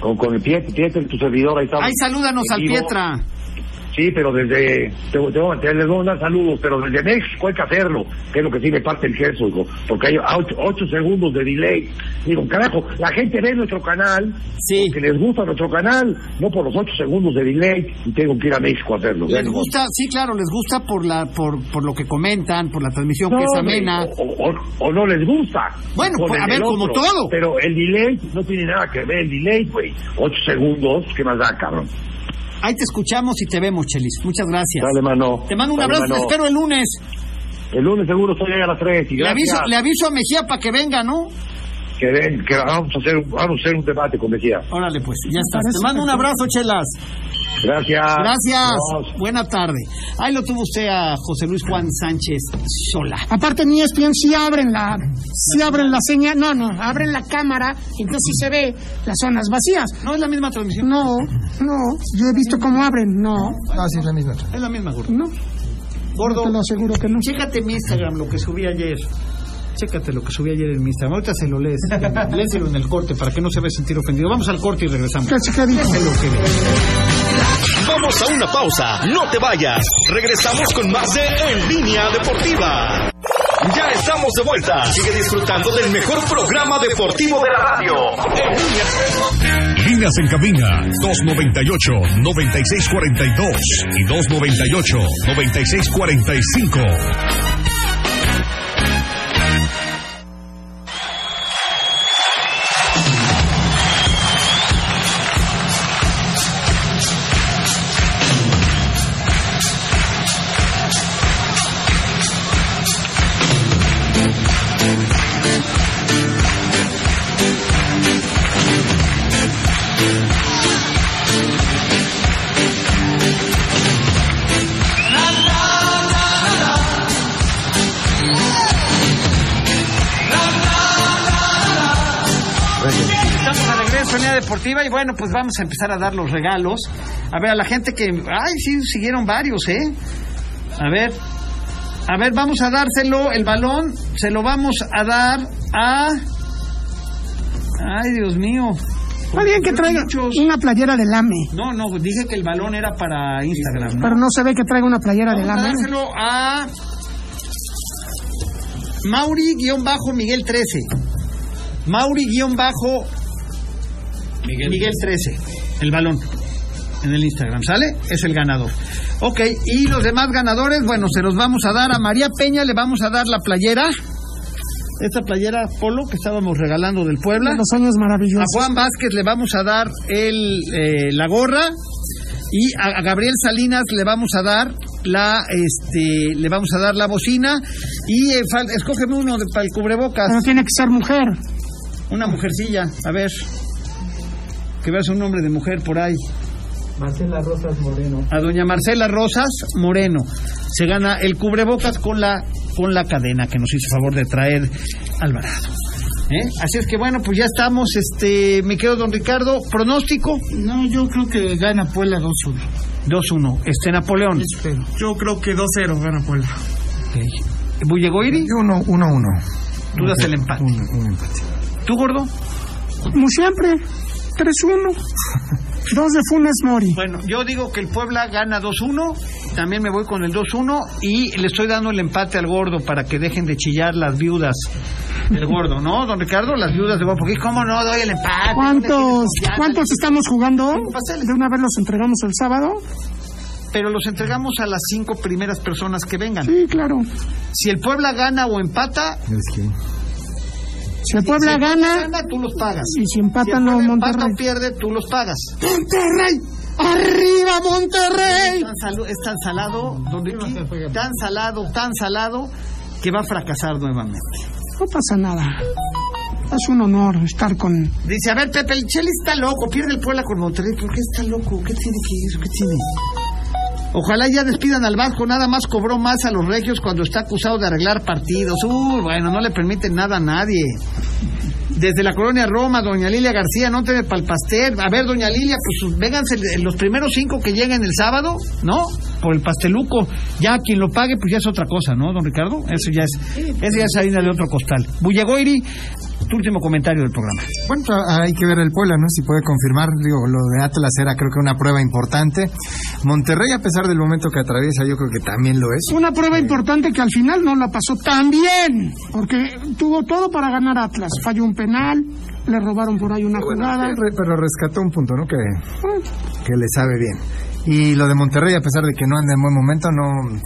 Speaker 8: Con, con el Pietra, Pietra, tu servidor, ahí está.
Speaker 1: Ahí salúdanos
Speaker 8: En
Speaker 1: al
Speaker 8: vivo.
Speaker 1: Pietra.
Speaker 8: Sí, pero desde. Te, voy- te, voy- te les voy a dar saludos, pero desde México hay que hacerlo, que es lo que sí me parte el queso, hijo, porque hay 8 segundos de delay. Digo, carajo, la gente ve nuestro canal,
Speaker 1: Sí.
Speaker 8: que les gusta nuestro canal, no por los 8 segundos de delay, y tengo que ir a México a hacerlo.
Speaker 1: Les
Speaker 8: ¿no?
Speaker 1: gusta, sí, claro, les gusta por la por, por lo que comentan, por la transmisión que es
Speaker 8: No, hombre,
Speaker 1: amena.
Speaker 8: O, o- o no les gusta.
Speaker 1: Bueno,
Speaker 8: Con
Speaker 1: pues, a
Speaker 8: el
Speaker 1: ver,
Speaker 8: del
Speaker 1: como
Speaker 8: otro.
Speaker 1: todo.
Speaker 8: Pero el delay no tiene nada que ver, el delay, güey. Ocho segundos, ¿qué más da, cabrón?
Speaker 1: Ahí te escuchamos y te vemos, Chelis. Muchas gracias.
Speaker 8: Dale, mano.
Speaker 1: Te mando un
Speaker 8: Dale,
Speaker 1: abrazo, te
Speaker 8: mano.
Speaker 1: espero el lunes.
Speaker 8: El lunes seguro estoy ahí a las tres. y
Speaker 1: Le
Speaker 8: gracias.
Speaker 1: aviso, le aviso a Mejía para que venga, ¿no?
Speaker 8: Que ven, que vamos a hacer, un- vamos a hacer un debate con Mejía.
Speaker 1: Órale, pues, ya está. Te
Speaker 2: parece
Speaker 1: mando un abrazo, Chelas.
Speaker 8: Gracias.
Speaker 1: Gracias.
Speaker 8: Nos.
Speaker 1: Buena tarde. Ahí lo tuvo usted a José Luis Juan Sánchez Sola.
Speaker 2: Aparte en ESPN sí abren la sí abren la señal, no, no, abren la cámara, entonces se ve las zonas vacías.
Speaker 1: No es la misma transmisión,
Speaker 2: No, no, yo he visto cómo abren, no,
Speaker 5: Ah, sí, es la misma.
Speaker 1: es la misma, gordo.
Speaker 2: no.
Speaker 1: Gordo,
Speaker 2: Te lo aseguro que no.
Speaker 1: chécate mi Instagram, lo que subí ayer. Chécate lo que subí ayer en mi Instagram. Ahorita se lo lees. Léselo en el corte para que no se vea sentir ofendido. Vamos al corte y regresamos.
Speaker 2: ¿Qué se qué dijo?
Speaker 1: Léselo, que ve.
Speaker 7: Vamos a una pausa, no te vayas. Regresamos con más de En Línea Deportiva. Ya estamos de vuelta. Sigue disfrutando del mejor programa deportivo de la radio. En Línea.
Speaker 6: Líneas en cabina 298-9642 y 298-9645.
Speaker 1: Estamos de regreso en Línea Deportiva y bueno, pues vamos a empezar a dar los regalos. A ver, a la gente que... Ay, sí, siguieron varios, ¿eh? A ver. A ver, vamos a dárselo, el balón, se lo vamos a dar a... Ay, Dios mío.
Speaker 2: Está bien que traiga una playera del AME,
Speaker 1: No, no, dije que el balón era para Instagram. ¿no?
Speaker 2: pero no se ve que traiga una playera del
Speaker 1: Vamos a
Speaker 2: AME.
Speaker 1: dárselo a... Mauri-Miguel 13. Mauri-Bajo Miguel, 13. El balón. En el Instagram, ¿sale? Es el ganador. Ok, y los demás ganadores, bueno, se los vamos a dar. A María Peña le vamos a dar la playera. Esta playera polo que estábamos regalando del Puebla.
Speaker 2: Los años
Speaker 1: A
Speaker 2: maravillosos.
Speaker 1: Juan Vázquez le vamos a dar el, eh, la gorra y a, a Gabriel Salinas le vamos a dar la este le vamos a dar la bocina y eh, fal- escógeme uno de, para el cubrebocas,
Speaker 2: Pero tiene que ser mujer.
Speaker 1: una mujercilla, a ver. Que veas un nombre de mujer por ahí.
Speaker 4: Marcela Rosas Moreno.
Speaker 1: A doña Marcela Rosas Moreno. Se gana el cubrebocas con la con la cadena que nos hizo favor de traer Alvarado. ¿Eh? Así es que bueno, pues ya estamos, este, me quedo don Ricardo, pronóstico.
Speaker 3: No, yo creo que gana Puebla 2-1.
Speaker 1: 2-1. Este Napoleón.
Speaker 3: Espero.
Speaker 4: Yo creo que 2-0 gana Puebla.
Speaker 1: Bullegoiri,
Speaker 5: Uno, uno, uno.
Speaker 1: tú das el empate.
Speaker 5: Un, un empate.
Speaker 1: ¿Tú, gordo?
Speaker 2: Como siempre. 3-1. Dos de Funes Mori.
Speaker 1: Bueno, yo digo que el Puebla gana 2-1. También me voy con el 2-1. Y le estoy dando el empate al gordo para que dejen de chillar las viudas del gordo, ¿no, don Ricardo? Las viudas de gordo. Porque, ¿Cómo no doy el empate?
Speaker 2: ¿Cuántos, ¿Cuántos estamos jugando?
Speaker 1: pasteles.
Speaker 2: De una vez los entregamos el sábado.
Speaker 1: Pero los entregamos a las cinco primeras personas que vengan.
Speaker 2: Sí, claro.
Speaker 1: Si el Puebla gana o empata,
Speaker 5: Es que-
Speaker 2: Si el Puebla
Speaker 1: si
Speaker 2: gana
Speaker 1: tú los pagas.
Speaker 2: y si
Speaker 1: Si el
Speaker 2: empatan no
Speaker 1: Puebla empata
Speaker 2: Monterrey.
Speaker 1: o pierde, tú los pagas.
Speaker 2: ¡Monterrey! ¡Arriba Monterrey!
Speaker 1: tan salu- es tan salado, don Ricky, tan salado, tan salado, que va a fracasar nuevamente.
Speaker 2: No pasa nada. Es un honor estar con...
Speaker 1: Dice, a ver, Pepe, el Cheli está loco, pierde el Puebla con Monterrey, ¿por qué está loco? ¿Qué tiene que ir? ¿Qué tiene? Ojalá ya despidan al Vasco, nada más cobró más a los regios cuando está acusado de arreglar partidos. Uy, bueno, no le permiten nada a nadie. Desde la colonia Roma, doña Lilia García, no te pa'l pastel. A ver, doña Lilia, pues vénganse los primeros cinco que lleguen el sábado, ¿no? Por el pasteluco. Ya quien lo pague, pues ya es otra cosa, ¿no, don Ricardo? Eso ya es, eso ya es harina de otro costal. Bullegoiri, tu último comentario del programa.
Speaker 5: Bueno, a- hay que ver el Puebla, ¿no? Si puede confirmar, digo, lo de Atlas era creo que una prueba importante. Monterrey, a pesar del momento que atraviesa, yo creo que también lo es.
Speaker 2: Una prueba importante que al final no la pasó tan bien, porque tuvo todo para ganar Atlas. Falló un penal, le robaron por ahí una jugada.
Speaker 5: Re- Pero rescató un punto, ¿no? Que, que le sabe bien. Y lo de Monterrey, a pesar de que no anda en buen momento, no,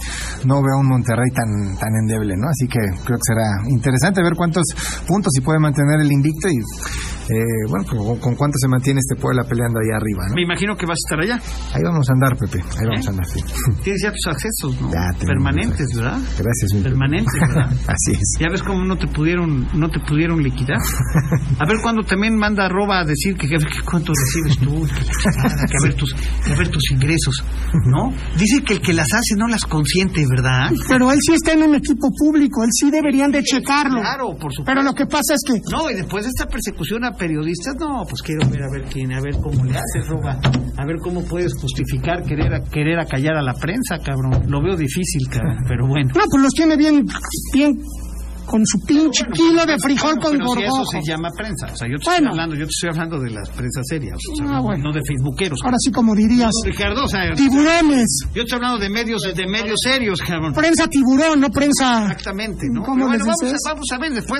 Speaker 5: no veo a un Monterrey tan, tan endeble, ¿no? Así que creo que será interesante ver cuántos puntos y puede mantener el invicto y, eh, bueno, con, con cuánto se mantiene este Puebla peleando ahí arriba, ¿no?
Speaker 1: Me imagino que vas a estar allá.
Speaker 5: Ahí vamos a andar, Pepe. Ahí
Speaker 1: ¿Eh?
Speaker 5: vamos a andar, sí.
Speaker 1: Tienes ya tus accesos, ¿no?
Speaker 5: Ya tenemos
Speaker 1: Permanentes,
Speaker 5: accesos.
Speaker 1: ¿verdad?
Speaker 5: Gracias, mi Pepe.
Speaker 1: Permanentes, ¿verdad?
Speaker 5: Así es.
Speaker 1: Ya ves cómo no te pudieron, no te pudieron liquidar. A ver cuando también manda arroba a decir que, que cuánto recibes tú, que, la chingada, que a ver tus, que a ver tus ingresos, ¿no? Dice que el que las hace no las consiente, ¿verdad?
Speaker 2: Pero él sí está en un equipo público, él sí deberían de checarlo.
Speaker 1: Claro, por supuesto.
Speaker 2: Pero lo que pasa es que
Speaker 1: No, y después de esta persecución a periodistas, no, pues quiero ver a ver quién, a ver cómo le haces, roba, a ver cómo puedes justificar querer, a- querer acallar a la prensa, cabrón. Lo veo difícil, cabrón, pero bueno.
Speaker 2: No, pues los tiene bien, bien con su pinche kilo de frijol
Speaker 1: Pero
Speaker 2: con
Speaker 1: si
Speaker 2: gorgojo.
Speaker 1: eso se llama prensa. O sea, yo te estoy
Speaker 2: Bueno.
Speaker 1: hablando, yo te estoy hablando de las prensas serias, o sea,
Speaker 2: Ah,
Speaker 1: no,
Speaker 2: bueno.
Speaker 1: no de facebookeros.
Speaker 2: Ahora sí, como dirías,
Speaker 1: Ricardo, o sea, yo
Speaker 2: tiburones.
Speaker 1: estoy hablando de medios, de medios serios, cabrón.
Speaker 2: Prensa tiburón, no prensa.
Speaker 1: Exactamente, ¿no?
Speaker 2: ¿Cómo
Speaker 1: Pero bueno,
Speaker 2: les
Speaker 1: vamos
Speaker 2: dices?
Speaker 1: a, vamos a ver después.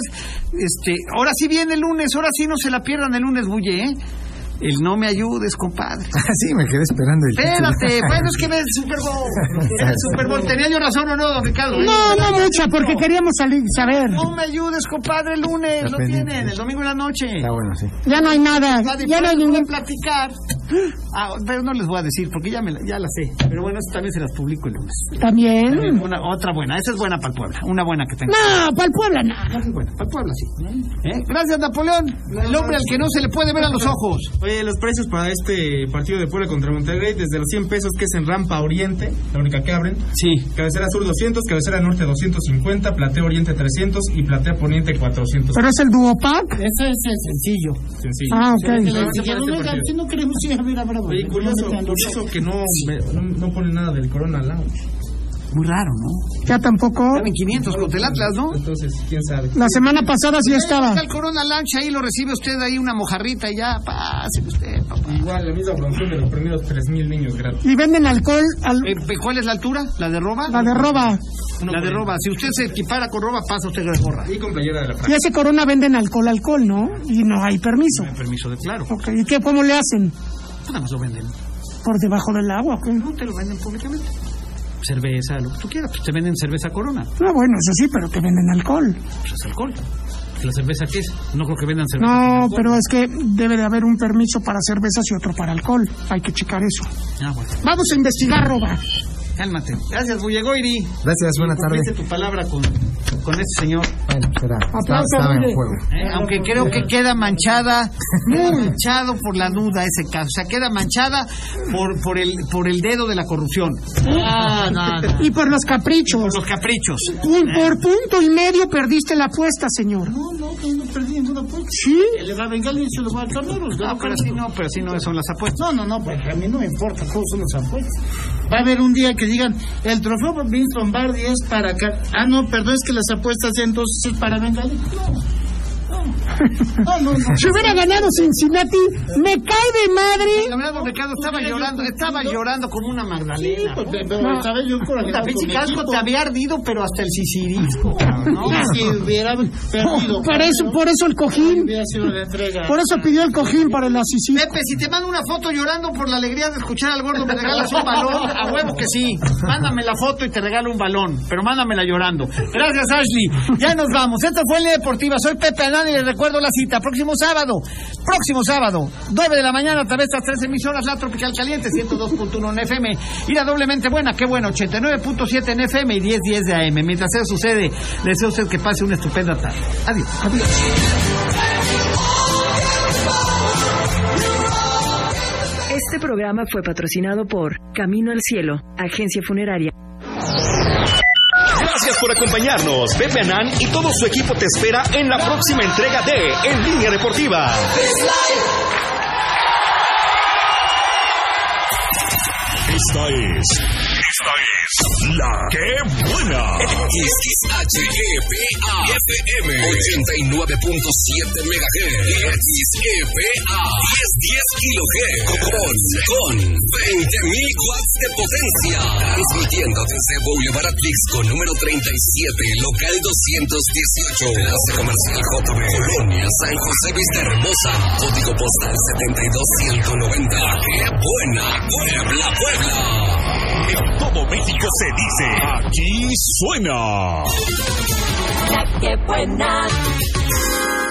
Speaker 1: Este, ahora sí viene el lunes, ahora sí no se la pierdan el lunes, Bulle, ¿eh? El no me ayudes, compadre.
Speaker 5: sí, me quedé esperando el título.
Speaker 1: Espérate, bueno, es que ves el Super Bowl. Era el Super Bowl. ¿Tenía yo razón o no, don Ricardo?
Speaker 2: No, no mucha, porque queríamos salir, saber.
Speaker 1: No me ayudes, compadre, el lunes. Lo
Speaker 5: pendiente.
Speaker 1: tienen, el domingo en la noche.
Speaker 5: Está Ah, bueno, sí.
Speaker 2: Ya no hay nada,
Speaker 1: Nadie
Speaker 2: ya no hay
Speaker 1: puede
Speaker 2: ningún...
Speaker 1: platicar. Ah, pero no les voy a decir porque ya, me la, ya la sé. Pero bueno, eso también se las publico el lunes. Eh,
Speaker 2: También.
Speaker 1: Una, otra buena. Esa es buena para el Puebla. Una buena que tenga.
Speaker 2: No, para el Puebla, no.
Speaker 1: Esa es buena. Para el Puebla, sí. ¿Eh? Gracias, Napoleón. El hombre al que no se le puede ver a los ojos.
Speaker 4: Oye, los precios para este partido de Puebla contra Monterrey, desde los 100 pesos que es en Rampa Oriente, la única que abren,
Speaker 1: Sí.
Speaker 4: Cabecera Sur 200, Cabecera Norte 250, Platea Oriente 300 y Platea Poniente 400.
Speaker 2: Pero es el duopac.
Speaker 3: Ese es el sencillo.
Speaker 4: Sencillo.
Speaker 2: Ah,
Speaker 4: Sí,
Speaker 2: ok.
Speaker 4: sí.
Speaker 3: no queremos ir a ver a Bravo.
Speaker 4: Oye, curioso, curioso que no, me- no, no pone nada del Corona al lado.
Speaker 3: Muy raro, ¿no?
Speaker 2: Ya tampoco.
Speaker 1: Están en 500 con el Atlas, ¿no?
Speaker 4: Entonces, quién sabe.
Speaker 2: La semana pasada sí estaba.
Speaker 1: Está el Corona Lancha ahí, lo recibe usted ahí una mojarrita y ya, pásele usted, papá.
Speaker 4: Igual, la misma producción de los primeros 3.000 niños gratis.
Speaker 2: Y venden alcohol al,
Speaker 1: Eh, ¿Cuál es la altura? ¿La de roba?
Speaker 2: la de roba.
Speaker 1: La de roba. Si usted se equipara con roba, pasa usted la gorra.
Speaker 4: Y con playera de la
Speaker 2: Y
Speaker 4: franja.
Speaker 2: ese corona venden alcohol, alcohol, ¿no? Y no hay permiso.
Speaker 1: Permiso de claro.
Speaker 2: Ok, ¿Y qué, cómo le hacen?
Speaker 1: Nada más lo venden.
Speaker 2: ¿Por debajo del agua? o qué?
Speaker 1: No te lo venden públicamente. Cerveza, lo que tú quieras. Pues te venden cerveza corona.
Speaker 2: Ah, bueno, eso sí, pero te venden alcohol.
Speaker 1: Pues es alcohol. ¿La cerveza qué es? No creo que vendan cerveza.
Speaker 2: No, pero es que debe de haber un permiso para cervezas y otro para alcohol. Hay que checar eso.
Speaker 1: Ah, bueno.
Speaker 2: Vamos a investigar roba.
Speaker 1: Cálmate. Gracias, Bullegoiri.
Speaker 5: Gracias, buenas tardes.
Speaker 1: Cumpliste tu palabra con, con este señor.
Speaker 5: Bueno, será. Está-
Speaker 2: Aplausos,
Speaker 5: Estaba en
Speaker 2: oye.
Speaker 5: juego.
Speaker 1: ¿eh? Aunque creo que queda manchada, queda manchado por la duda ese caso. O sea, queda manchada por, por, el, por el dedo de la corrupción. Ah, no, no.
Speaker 2: Y por los caprichos.
Speaker 1: Los caprichos.
Speaker 2: Un- por punto y medio perdiste la apuesta, señor.
Speaker 3: No, no, que no perdí ninguna apuesta.
Speaker 2: Sí.
Speaker 3: Le va a vengar y se lo va a cambiar.
Speaker 1: No, pero así no, pero así no son las apuestas.
Speaker 3: No, no, no, pues a mí no me importa, todos son los apuestas. Va a haber un día que digan, el trofeo por Vince Lombardi es para acá. Ah, no, perdón, es que las apuestas entonces es para Bengali. No, no, no, no. no.
Speaker 2: Si hubiera ganado Cincinnati, me cae de madre.
Speaker 1: La verdad, don Ricardo estaba llorando, estaba llorando como una
Speaker 3: Sí,
Speaker 1: magdalena.
Speaker 3: pues, pero estaba yo
Speaker 1: La
Speaker 3: encorajonado con
Speaker 1: pinche
Speaker 3: mi
Speaker 1: casco
Speaker 3: equipo.
Speaker 1: te había ardido, pero hasta el sisirisco, cabrón, ¿no?
Speaker 3: Y Si hubiera perdido.
Speaker 2: Por eso, por eso el cojín.
Speaker 3: Hubiera sido la entrega.
Speaker 2: Por eso pidió el cojín para el asesino.
Speaker 1: Pepe, si te mando una foto llorando por la alegría de escuchar al gordo, me regalas un balón. A huevo que sí. Mándame la foto y te regalo un balón. Pero mándamela llorando. Gracias, Ashley. Ya nos vamos. Esta fue Línea Deportiva. Soy Pepe Anán y les recuerdo la cita. Próximo sábado. Próximo sábado. 9 de la mañana a través de las tres emisoras. La Tropical Caliente, 102.1 en FM. Y la doblemente buena. Qué bueno. 89.7 en FM y 10.10 de AM. Mientras eso sucede, deseo a usted que pase una estupenda tarde. Adiós.
Speaker 9: Este programa fue patrocinado por Camino al Cielo, agencia funeraria.
Speaker 7: Gracias por acompañarnos. Pepe Anán y todo su equipo te espera en la próxima entrega de En Línea Deportiva.
Speaker 6: Esta es. Esta es. La que buena.
Speaker 10: XHEPA FM 89.7 MHz XEPA 1010 kHz con, con 20.000 watts de potencia transmitiendo desde Boulevard Atlix con número 37 local 218 Plaza Comercial Jotobe Colonia San José Vista Hermosa código postal 72190 ¡Qué buena Puebla Puebla!
Speaker 6: En todo México se dice. Aquí suena.
Speaker 10: ¡Qué buena!